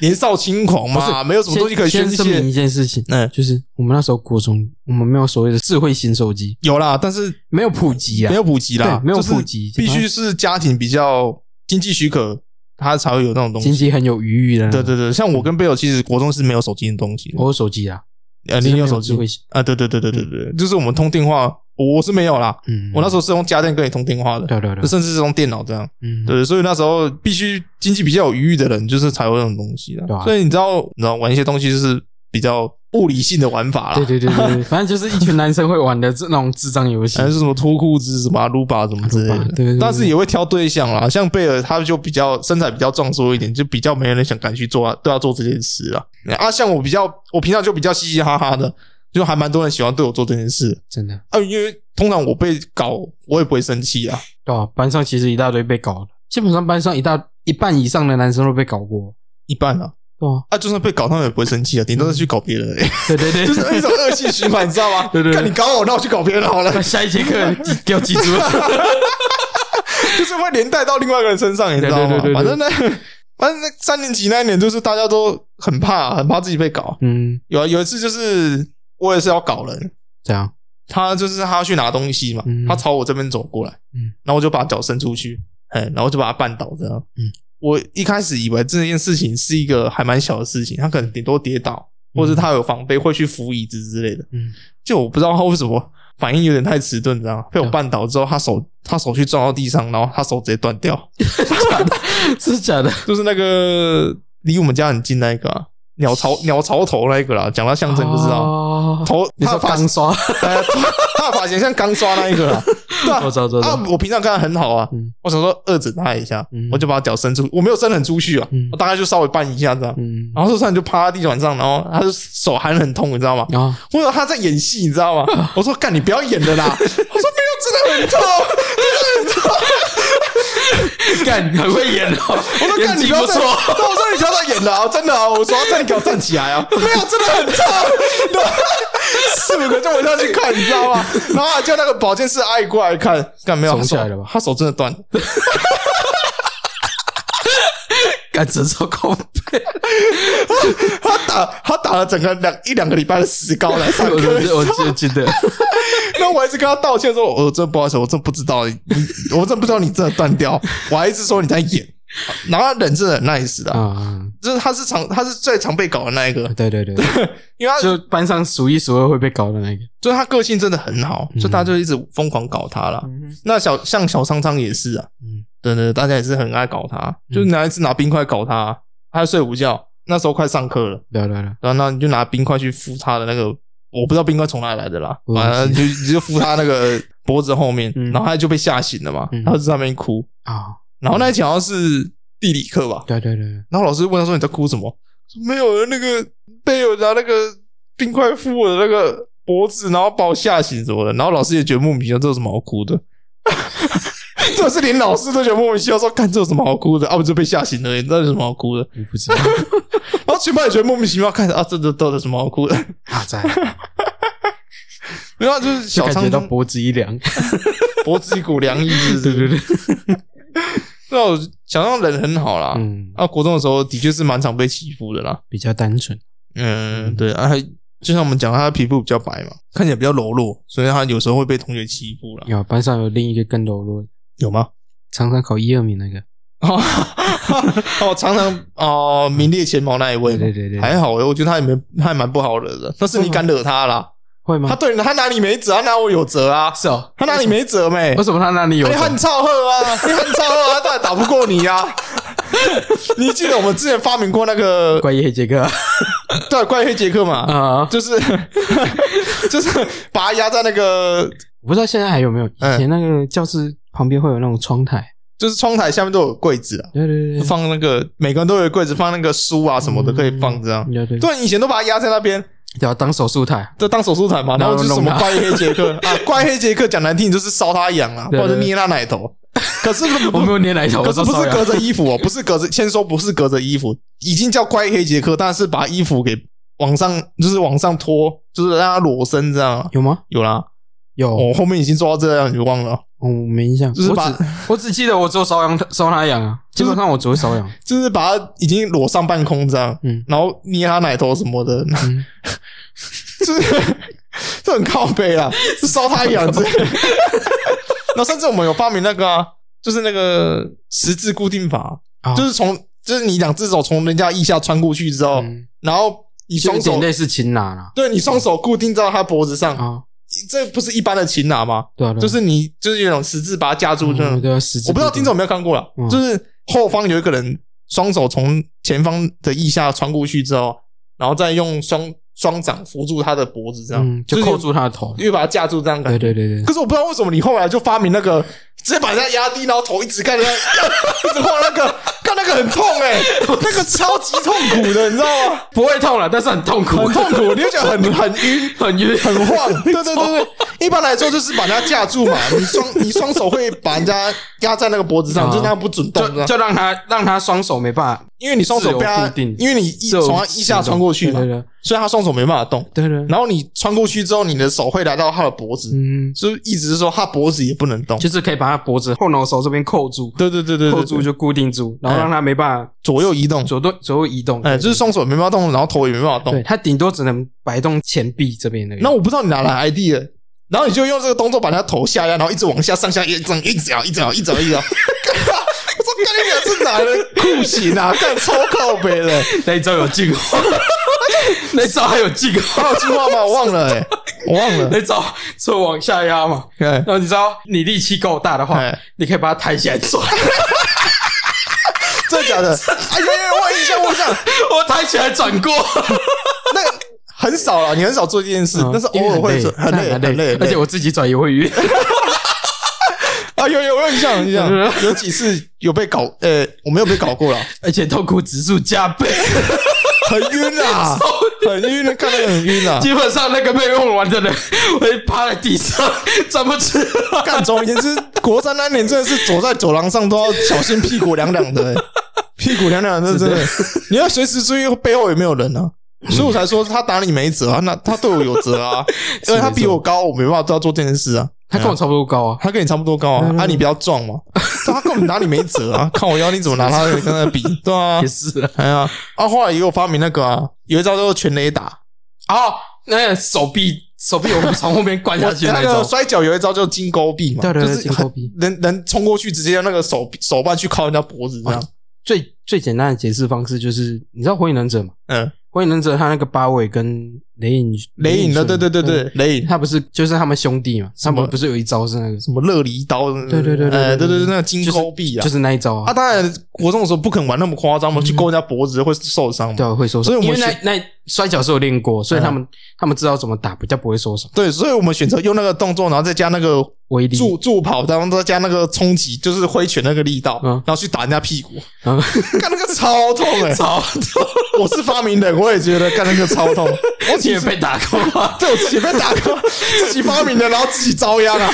Speaker 2: 年少轻狂
Speaker 3: 不
Speaker 2: 嘛，
Speaker 3: 是
Speaker 2: 没有什么东西可以宣
Speaker 3: 先先声明
Speaker 2: 泄
Speaker 3: 一。件事情，
Speaker 2: 嗯，
Speaker 3: 就是我们那时候国中，我们没有所谓的智慧型手机，
Speaker 2: 有啦，但是
Speaker 3: 没有普及啊
Speaker 2: 没。有普及啦，
Speaker 3: 对没有
Speaker 2: 就是
Speaker 3: 普及
Speaker 2: 必须是家庭比较经济许可，他才会有那种东
Speaker 3: 经
Speaker 2: 西。
Speaker 3: 济很有余裕的。
Speaker 2: 对，对对，像我跟贝尔其实国中是没有手机的东西的，
Speaker 3: 我有手机啊，
Speaker 2: 呃，
Speaker 3: 只是
Speaker 2: 你
Speaker 3: 没
Speaker 2: 有
Speaker 3: 有
Speaker 2: 手机
Speaker 3: 智慧型。
Speaker 2: 啊？对对对对对对，就是我们通电话，我我是没有啦，
Speaker 3: 嗯，
Speaker 2: 我那时候是用家电跟你通电话的，
Speaker 3: 对对对，
Speaker 2: 甚至是用电脑这样。
Speaker 3: 嗯，
Speaker 2: 对，所以那时候必须经济比较有余裕的人，就是才会有那种东西的
Speaker 3: 对。啊
Speaker 2: 所以你知道，你知道玩一些东西就是比较物理性的玩法啦，
Speaker 3: 对对对 对，对反正就是一群男生会玩的这那种智障游戏
Speaker 2: 还。哎是什么脱裤子、什么阿鲁巴什么之类
Speaker 3: 阿鲁
Speaker 2: 的
Speaker 3: 巴，对对对
Speaker 2: 但是也会挑对象啦，像贝尔他就比较身材比较壮硕一点，就比较没人想敢去做啊对他做这件事啦。啊，像我比较，我平常就比较嘻嘻哈哈的，就还蛮多人喜欢对我做这件事
Speaker 3: 真的，
Speaker 2: 啊，因为通常我被搞，我也不会生气啊。
Speaker 3: 对吧？班上其实一大堆被搞的，基本上班上一大一半以上的男生都被搞过，
Speaker 2: 一半啊，
Speaker 3: 对吧？
Speaker 2: 啊，就算被搞，他们也不会生气啊，顶多是去搞别人、而已。
Speaker 3: 对对对，
Speaker 2: 就是一种恶性循环，你知道吗？
Speaker 3: 对对对
Speaker 2: 看你搞我，那我去搞别人好了，
Speaker 3: 那下 一节课记要记住了。
Speaker 2: 就是会连带到另外一个人身上，你知道吗
Speaker 3: 对对？对对对
Speaker 2: 反正呢， 反正那三年级那一年，就是大家都很怕，很怕自己被搞。
Speaker 3: 嗯，
Speaker 2: 有啊有一次，就是我也是要搞人，
Speaker 3: 这样，
Speaker 2: 他就是他要去拿东西嘛，
Speaker 3: 嗯
Speaker 2: 他朝我这边走过来，
Speaker 3: 嗯，
Speaker 2: 然后我就把脚伸出去，哎，然后就把他绊倒，这样，
Speaker 3: 嗯，
Speaker 2: 我一开始以为这件事情是一个还蛮小的事情，他可能顶多跌倒，或者是他有防备会去扶椅子之类的，
Speaker 3: 嗯，
Speaker 2: 就我不知道他为什么反应有点太迟钝，你知道吗？被我
Speaker 3: 啊
Speaker 2: 绊倒之后，他手他手去撞到地上，然后他手直接断掉，
Speaker 3: 是假的，
Speaker 2: 就是那个离我们家很近那一个、啊、鸟巢鸟巢头那一个啦，讲到象征你就知道。
Speaker 3: 道
Speaker 2: 头，
Speaker 3: 哦你
Speaker 2: 他
Speaker 3: 说
Speaker 2: 的发
Speaker 3: 钢刷，
Speaker 2: 呃，他的发型像钢刷那一个 啦，对啊
Speaker 3: 我，知道，知道，
Speaker 2: 啊，我平常看他很好啊，
Speaker 3: 嗯
Speaker 2: 我想说遏制他一下，
Speaker 3: 嗯
Speaker 2: 我就把脚伸出，我没有伸很出去啊，
Speaker 3: 嗯
Speaker 2: 我大概就稍微绊一下这样，
Speaker 3: 嗯，
Speaker 2: 然后突然就趴在地板上，然后他就手还很痛，你知道吗？
Speaker 3: 然后
Speaker 2: 我说他在演戏，你知道 吗？我说干，你不要演了啦！我说没有，真的很痛。
Speaker 5: 干，很会演哦，
Speaker 2: 我说
Speaker 5: 演
Speaker 2: 干，你
Speaker 5: 技
Speaker 2: 不要
Speaker 5: 不
Speaker 2: 再，
Speaker 5: 错。
Speaker 2: 对我说你不要再演了啊！真的啊，我说站，你给我站起来啊！没有，真的很痛。然后四五个就围上去看，你知道吗？然后叫那个保健师阿姨过来看，干没有？
Speaker 3: 肿起来
Speaker 2: 他手
Speaker 3: 了吧
Speaker 2: 他手真的断了。
Speaker 3: 干这手空 背，
Speaker 2: 他打他打了整个两一两个礼拜的石膏来上
Speaker 3: 我
Speaker 2: 课，
Speaker 3: 我我记得记得，
Speaker 2: 那我还是跟他道歉说，我真的不好意思，我真的不知道，你我真的不知道你真的断掉，我还一直说你在演，然后他人真的很 nice 的啊，
Speaker 3: 啊，
Speaker 2: 就是他是常他是最常被搞的那一个，
Speaker 3: 对对对，
Speaker 2: 因为他
Speaker 3: 就班上数一数二会被搞的那个，
Speaker 2: 就是他个性真的很好，
Speaker 3: 嗯
Speaker 2: 所以大家就一直疯狂搞他啦。那小像小苍苍也是啊，
Speaker 3: 嗯
Speaker 2: 对对，对大家也是很爱搞他，
Speaker 3: 嗯
Speaker 2: 就是拿一次拿冰块搞他，啊他睡午觉，那时候快上课了，
Speaker 3: 对啊对对，
Speaker 2: 然后那你就拿冰块去敷他的那个。我不知道冰块从哪里来的啦，
Speaker 3: 我也
Speaker 2: 反正
Speaker 3: 是
Speaker 2: 就你就敷他那 个脖子后面，
Speaker 3: 嗯
Speaker 2: 然后他就被吓醒了嘛，
Speaker 3: 嗯
Speaker 2: 他就在那边哭，
Speaker 3: 啊，
Speaker 2: 然后那一节好像是地理课吧，
Speaker 3: 对对对，
Speaker 2: 然后老师问他说你在哭什么？说没有那个被我拿那个冰块敷我的那个脖子，然后把我吓醒什么的。然后老师也觉得莫名其妙，这有什么好哭的？ 这是连老师都觉得莫名其妙，说看这有什么好哭的？啊，不就被吓醒了，那有什么好哭的？
Speaker 3: 我不知道
Speaker 2: 然后全班也觉得莫名其妙，看啊，这这到底有什么好哭的？
Speaker 3: 啊，在
Speaker 2: 然后就是
Speaker 3: 就
Speaker 2: 小
Speaker 3: 感觉
Speaker 2: 苍
Speaker 3: 到
Speaker 2: 蝇
Speaker 3: 脖子一凉，
Speaker 2: 脖子一股凉意，是不是
Speaker 3: 对对对，
Speaker 2: 那我想让人很好啦。
Speaker 3: 嗯，
Speaker 2: 啊，国中的时候的确是蛮常被欺负的啦。
Speaker 3: 比较单纯，
Speaker 2: 嗯，对啊，还就像我们讲，他的皮肤比较白嘛，看起来比较柔弱，所以他有时候会被同学欺负了。
Speaker 3: 有班上有另一个更柔弱的，
Speaker 2: 有吗？
Speaker 3: 常常考一二名那个，
Speaker 2: 哦，哦常常哦名列前茅那一位嘛，
Speaker 3: 对对对对
Speaker 2: 还好欸诶、我觉得他也没，他也蛮不好惹的。但是你敢惹他啦，
Speaker 3: 会吗
Speaker 2: 他？对他拿你没辙，他拿我有辙啊，
Speaker 3: 是哦，
Speaker 2: 他拿你没辙没
Speaker 3: 为。什么他那里有
Speaker 2: 你？很操贺啊，你很操贺啊，他当然打不过你啊。 你记得我们之前发明过那个
Speaker 3: 怪叶杰克啊
Speaker 2: 对怪黑杰克嘛？
Speaker 3: 啊，
Speaker 2: 就是 就是把他压在那个
Speaker 3: 我不知道现在还有没有，以前那个教室旁边会有那种窗台，
Speaker 2: 就是窗台下面都有柜子啊，
Speaker 3: 对对对，
Speaker 2: 放那个每个人都有柜子，放那个书啊什么的，可以放这样。
Speaker 3: 对对，
Speaker 2: 对，以前都把它压在那边，
Speaker 3: 要当手术台，
Speaker 2: 就当手术台嘛。然
Speaker 3: 然
Speaker 2: 后
Speaker 3: 后
Speaker 2: 就是什么
Speaker 3: 弄它
Speaker 2: 怪黑杰克啊，怪黑杰克讲难听就是烧他痒啊，或
Speaker 3: 对对
Speaker 2: 者是捏他奶头。可是
Speaker 3: 我没有捏奶头，
Speaker 2: 可是不
Speaker 3: 我说
Speaker 2: 是
Speaker 3: 骚扰
Speaker 2: 隔着衣服哦，不是隔着，先说不是隔着衣服，已经叫怪黑杰克，但是把衣服给往上，就是往上拖，就是让他裸身这样啊。
Speaker 3: 有吗？
Speaker 2: 有啦，
Speaker 3: 有，
Speaker 2: 我、后面已经做到这样，你忘了，
Speaker 3: 我没印象，
Speaker 2: 就是
Speaker 3: 我
Speaker 2: 把
Speaker 3: 只我只记得我只有瘙痒搔他痒啊，基本上我只会瘙痒。
Speaker 2: 就是把他已经裸上半空这样，
Speaker 3: 嗯
Speaker 2: 然后捏他奶头什么的，
Speaker 3: 嗯，
Speaker 2: 就是 这很靠背啊，是烧他痒之类 的。然后甚至我们有发明那个啊，就是那个十字固定法，
Speaker 3: 啊
Speaker 2: 就是从就是你两只手从人家腋下穿过去之后，
Speaker 3: 嗯
Speaker 2: 然后你
Speaker 3: 就有
Speaker 2: 双
Speaker 3: 点
Speaker 2: 手
Speaker 3: 类似擒拿啦。
Speaker 2: 对你双手固定到他脖子上，
Speaker 3: 啊，
Speaker 2: 这不是一般的擒拿吗？
Speaker 3: 对啊，对啊
Speaker 2: 就是你就是有一种十字把它架住这样。
Speaker 3: 嗯对啊，十字
Speaker 2: 我不知道
Speaker 3: 固定
Speaker 2: 听众有没有看过了，
Speaker 3: 嗯
Speaker 2: 就是后方有一个人双手从前方的腋下穿过去之后，然后再用双双掌扶住他的脖子，这样、
Speaker 3: 嗯，就是扣住他的头。
Speaker 2: 因为把他架住这样感
Speaker 3: 对
Speaker 2: 觉。
Speaker 3: 对对对，
Speaker 2: 可是我不知道为什么你后来就发明那个直接把人家压低，然后头一直看人家， 一直晃那个，看那个很痛哎、那个超级痛苦的，你知道 吗？
Speaker 3: 不会痛了，但是很痛苦
Speaker 2: 很痛苦，你会觉得很很晕，
Speaker 3: 很晕。
Speaker 2: 很 晃，对对对对，一般来说就是把人家架住嘛，你双你双手会把人家压在那个脖子上，
Speaker 3: 啊
Speaker 2: 就让他不准动，这
Speaker 3: 就
Speaker 2: 样
Speaker 3: 就让他让他双手没办法
Speaker 2: 因为你双手被
Speaker 3: 自由
Speaker 2: 他
Speaker 3: 固定，
Speaker 2: 因为你一
Speaker 3: 自由
Speaker 2: 从他腋下穿过去嘛
Speaker 3: 对，对
Speaker 2: 所以他双手没办法动。
Speaker 3: 对对对，
Speaker 2: 然后你穿过去之后，你的手会来到他的脖子，
Speaker 3: 嗯，
Speaker 2: 就是一直是说他脖子也不能动。
Speaker 3: 就是可以把他脖子后脑勺这边扣住，
Speaker 2: 对对对对，对
Speaker 3: 扣住
Speaker 2: 对
Speaker 3: 就固定住，然后
Speaker 2: 哎
Speaker 3: 让他没办法
Speaker 2: 左右移动，
Speaker 3: 左动左右移动。
Speaker 2: 哎，
Speaker 3: 对
Speaker 2: 就是双手没办法动，然后头也没办法
Speaker 3: 对
Speaker 2: 动。
Speaker 3: 他顶多只能摆动前臂这边那个。
Speaker 2: 那我不知道你哪来 ID 的，然后你就用这个动作把人家头下压，然后一直往下上下一整一直摇一直摇一直摇一直摇。 我说干你俩是哪来的酷刑啊？干超靠北的，
Speaker 3: 那一招有 进化，那一招还有进化，
Speaker 2: 还有句话吗？我忘了哎、我忘了。
Speaker 3: 那一招是往下压嘛。
Speaker 2: 哎
Speaker 3: 然后你知道，你力气够大的话
Speaker 2: 哎，
Speaker 3: 你可以把它抬起来拽。
Speaker 2: 真的假的？哎呀，我印象我 想
Speaker 3: 我抬起来转过，
Speaker 2: 那个很少了，你很少做这件事，但是
Speaker 3: 嗯因
Speaker 2: 偶
Speaker 3: 为
Speaker 2: 尔会做，
Speaker 3: 很
Speaker 2: 嗯很累
Speaker 3: 累，
Speaker 2: 很累，
Speaker 3: 而且我自己转也会 晕。
Speaker 2: 啊有有我有印象有印 象，有几次有被搞，呃，我没有被搞过 了，
Speaker 3: 而且痛苦指数加倍，
Speaker 2: 很晕啊，很晕，看那个很晕 啊。
Speaker 3: 基本上那个被用完的人会趴在地上 站不起来。
Speaker 2: 干，总而言之，国三那年真的是走在走廊上都要小心屁股凉凉 的、欸，屁股凉凉的，真的，你要随时注意背后有没有人啊。所以我才说他打你没辙啊，那他对我有辙 啊，因为他比我高，我没办法都要做这件事啊。
Speaker 3: 他跟我差不多高 啊，
Speaker 2: 他跟你差不多高啊，啊你比较壮 嘛，他根本拿你没辙啊，看我腰你怎么拿他跟他比，对啊
Speaker 3: 也， 是啊。
Speaker 2: 哎呀，啊后来也有发明那个啊，有一招叫做全垒打，
Speaker 3: 哦，那个手臂手臂我们从后面灌下去
Speaker 2: 那
Speaker 3: 那
Speaker 2: 个
Speaker 3: 种，
Speaker 2: 摔跤有一招叫金钩臂嘛，
Speaker 3: 对对对
Speaker 2: 就是
Speaker 3: 金钩臂
Speaker 2: 人人冲过去直接用那个手臂手腕去靠人家脖子
Speaker 3: 啊
Speaker 2: 这样，
Speaker 3: 最最简单的解释方式就是，你知道火影忍者吗？
Speaker 2: 嗯，
Speaker 3: 火影忍者他那个八尾跟雷影嗯
Speaker 2: 雷影的，对对对对，，雷影，
Speaker 3: 他不是就是他们兄弟嘛？他
Speaker 2: 么
Speaker 3: 们不是有一招是那个什
Speaker 2: 什么热离刀，
Speaker 3: 对对对对
Speaker 2: 哎对对
Speaker 3: 对对
Speaker 2: 对，那个金钩臂啊
Speaker 3: 么，就，是那一招啊
Speaker 2: 啊，当然国中的时候不肯玩那么夸张嘛，去勾人家脖子会受伤
Speaker 3: 对
Speaker 2: 嘛，
Speaker 3: 啊，会受
Speaker 2: 所以
Speaker 3: 伤。
Speaker 2: 我们嗯
Speaker 3: 因为那那摔跤是有练过，所以他们、他们知道怎么打，比较不会受伤。
Speaker 2: 对，所以我们选择用那个动作，然后再加那个
Speaker 3: 威力，
Speaker 2: 助助跑，然后再加那个冲击，就是挥拳那个力道，
Speaker 3: 嗯
Speaker 2: 然后去打人家屁股，
Speaker 3: 嗯
Speaker 2: 干那个超痛哎、
Speaker 3: 超痛，
Speaker 2: 我是发明人，我也觉得干那个超 痛，我
Speaker 3: 你
Speaker 2: 其
Speaker 3: 也
Speaker 2: 实
Speaker 3: 被打过 啊吗？
Speaker 2: 对我自己被打过，自己发明的，然后自己遭殃 啊。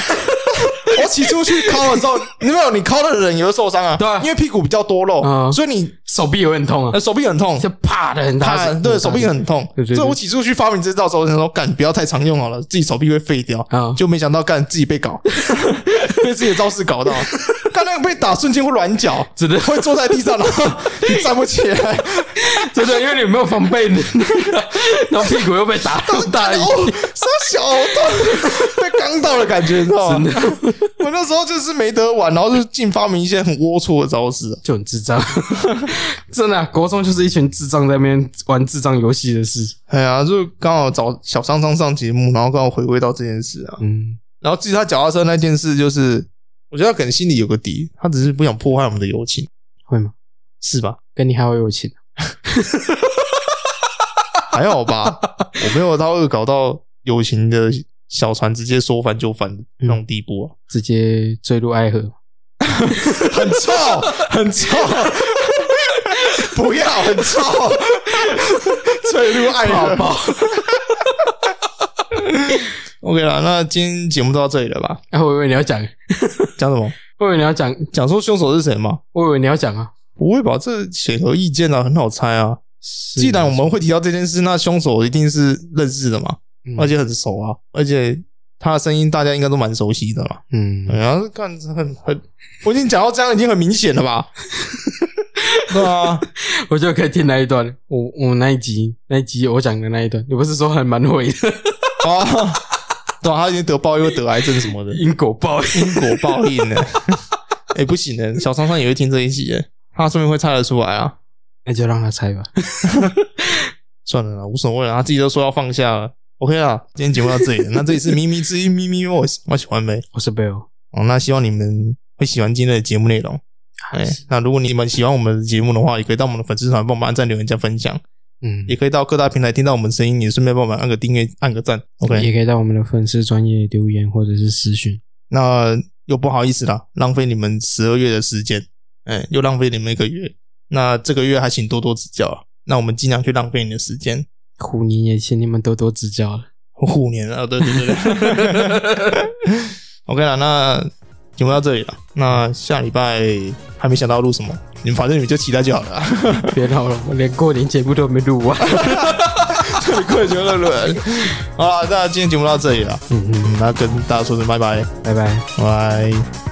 Speaker 2: 我起初去敲的时候，你没有你敲的人也会受伤啊，
Speaker 3: 对啊
Speaker 2: 因为屁股比较多肉，
Speaker 3: 嗯
Speaker 2: 所以你
Speaker 3: 手臂也会很痛啊
Speaker 2: 呃，手臂很痛
Speaker 3: 就。啪的很大
Speaker 2: 他
Speaker 3: 声，
Speaker 2: 对手臂很痛，
Speaker 3: 嗯对对对
Speaker 2: 所以我起初去发明这招的时候，想说干不要太常用好了，自己手臂会废掉。
Speaker 3: 啊，就
Speaker 2: 就没想到干自己被 搞，被自己的招式搞到，干那个被打瞬间会软脚，
Speaker 3: 真的
Speaker 2: 会坐在地上，然 后你站不起来，
Speaker 3: 真的，因为你没有防备， 你然后屁股又被打到大力。
Speaker 2: 哦，说小痛，被刚到的感觉，你知道吗？我那时候就是没得玩，然后就净发明一些很龌龊的招式啊，
Speaker 3: 就很智障， 真的啊、国中就是一群智障在那边玩智障游戏的事。
Speaker 2: 哎呀，就刚好找小商商上节目，然后刚好回归到这件事啊，
Speaker 3: 嗯，
Speaker 2: 然后至于他脚踏车那件事，就是我觉得他可能心里有个底，他只是不想破坏我们的友情，
Speaker 3: 会吗？
Speaker 2: 是 吧？
Speaker 3: 跟你还有友情？
Speaker 2: 还好吧，我没有到恶搞到友情的小船直接说翻就翻的那种地步啊，
Speaker 3: 直接坠入爱河？
Speaker 2: 很 臭，很 臭，不要，很臭，坠入爱河。OK 啦，那今天节目就到这里了吧？
Speaker 3: 哎、我以为你要讲
Speaker 2: 讲什么？
Speaker 3: 我以为你要讲，
Speaker 2: 讲说凶手是谁吗？
Speaker 3: 我以为你要讲啊。
Speaker 2: 不会吧？这显而易见啊，很好猜啊。既
Speaker 3: 既
Speaker 2: 然我们会提到这件事，那凶手一定是认识的嘛，
Speaker 3: 嗯
Speaker 2: 而且很熟啊，而且他的声音大家应该都蛮熟悉的嘛。
Speaker 3: 嗯，
Speaker 2: 哎呀，看很很，我已经讲到这样，已经很明显了 吧？对啊，
Speaker 3: 我就可以听那一段，我我那一集那一集我讲的那一段，你不是说还蛮会 的
Speaker 2: 啊，对啊，他已经得报又得癌症什么的，
Speaker 3: 因果报应？
Speaker 2: 因果报应呢？ 哎、不行的，小苍苍也会听这一集耶，他说明会猜得出来啊。
Speaker 3: 那就让他猜吧。
Speaker 2: 算了啦，无所谓了，他自己都说要放下了。OK 啦，今天节目到这里了。那这里是咪咪之音咪咪 voice，我喜欢没？
Speaker 3: 我是贝尔，
Speaker 2: 哦，那希望你们会喜欢今天的节目内容。哎、那如果你们喜欢我们的节目的话，也可以到我们的粉丝团帮我们按赞、留言、加分享，
Speaker 3: 嗯，
Speaker 2: 也可以到各大平台听到我们的声音，也顺便帮我们按个订阅、按个赞。
Speaker 3: 也
Speaker 2: OK，
Speaker 3: 可以到我们的粉丝专业留言或者是私讯。
Speaker 2: 那又不好意思啦，浪费你们十二月的时间，哎、又浪费你们一个月。那这个月还请多多指教啊。那我们尽量去浪费你的时间。
Speaker 3: 虎年也请你们多多指教了。
Speaker 2: 虎年啊，对对对对。OK 了，那节目到这里了。那下礼拜还没想到录什么，你们反正你们就期待就好了 啊。
Speaker 3: 别闹了，我连过年节目都没录完。
Speaker 2: 你快觉乐伦。好了，那今天节目到这里了，
Speaker 3: 嗯 嗯，
Speaker 2: 嗯，那跟大家说声拜拜，
Speaker 3: 拜拜。
Speaker 2: 拜拜。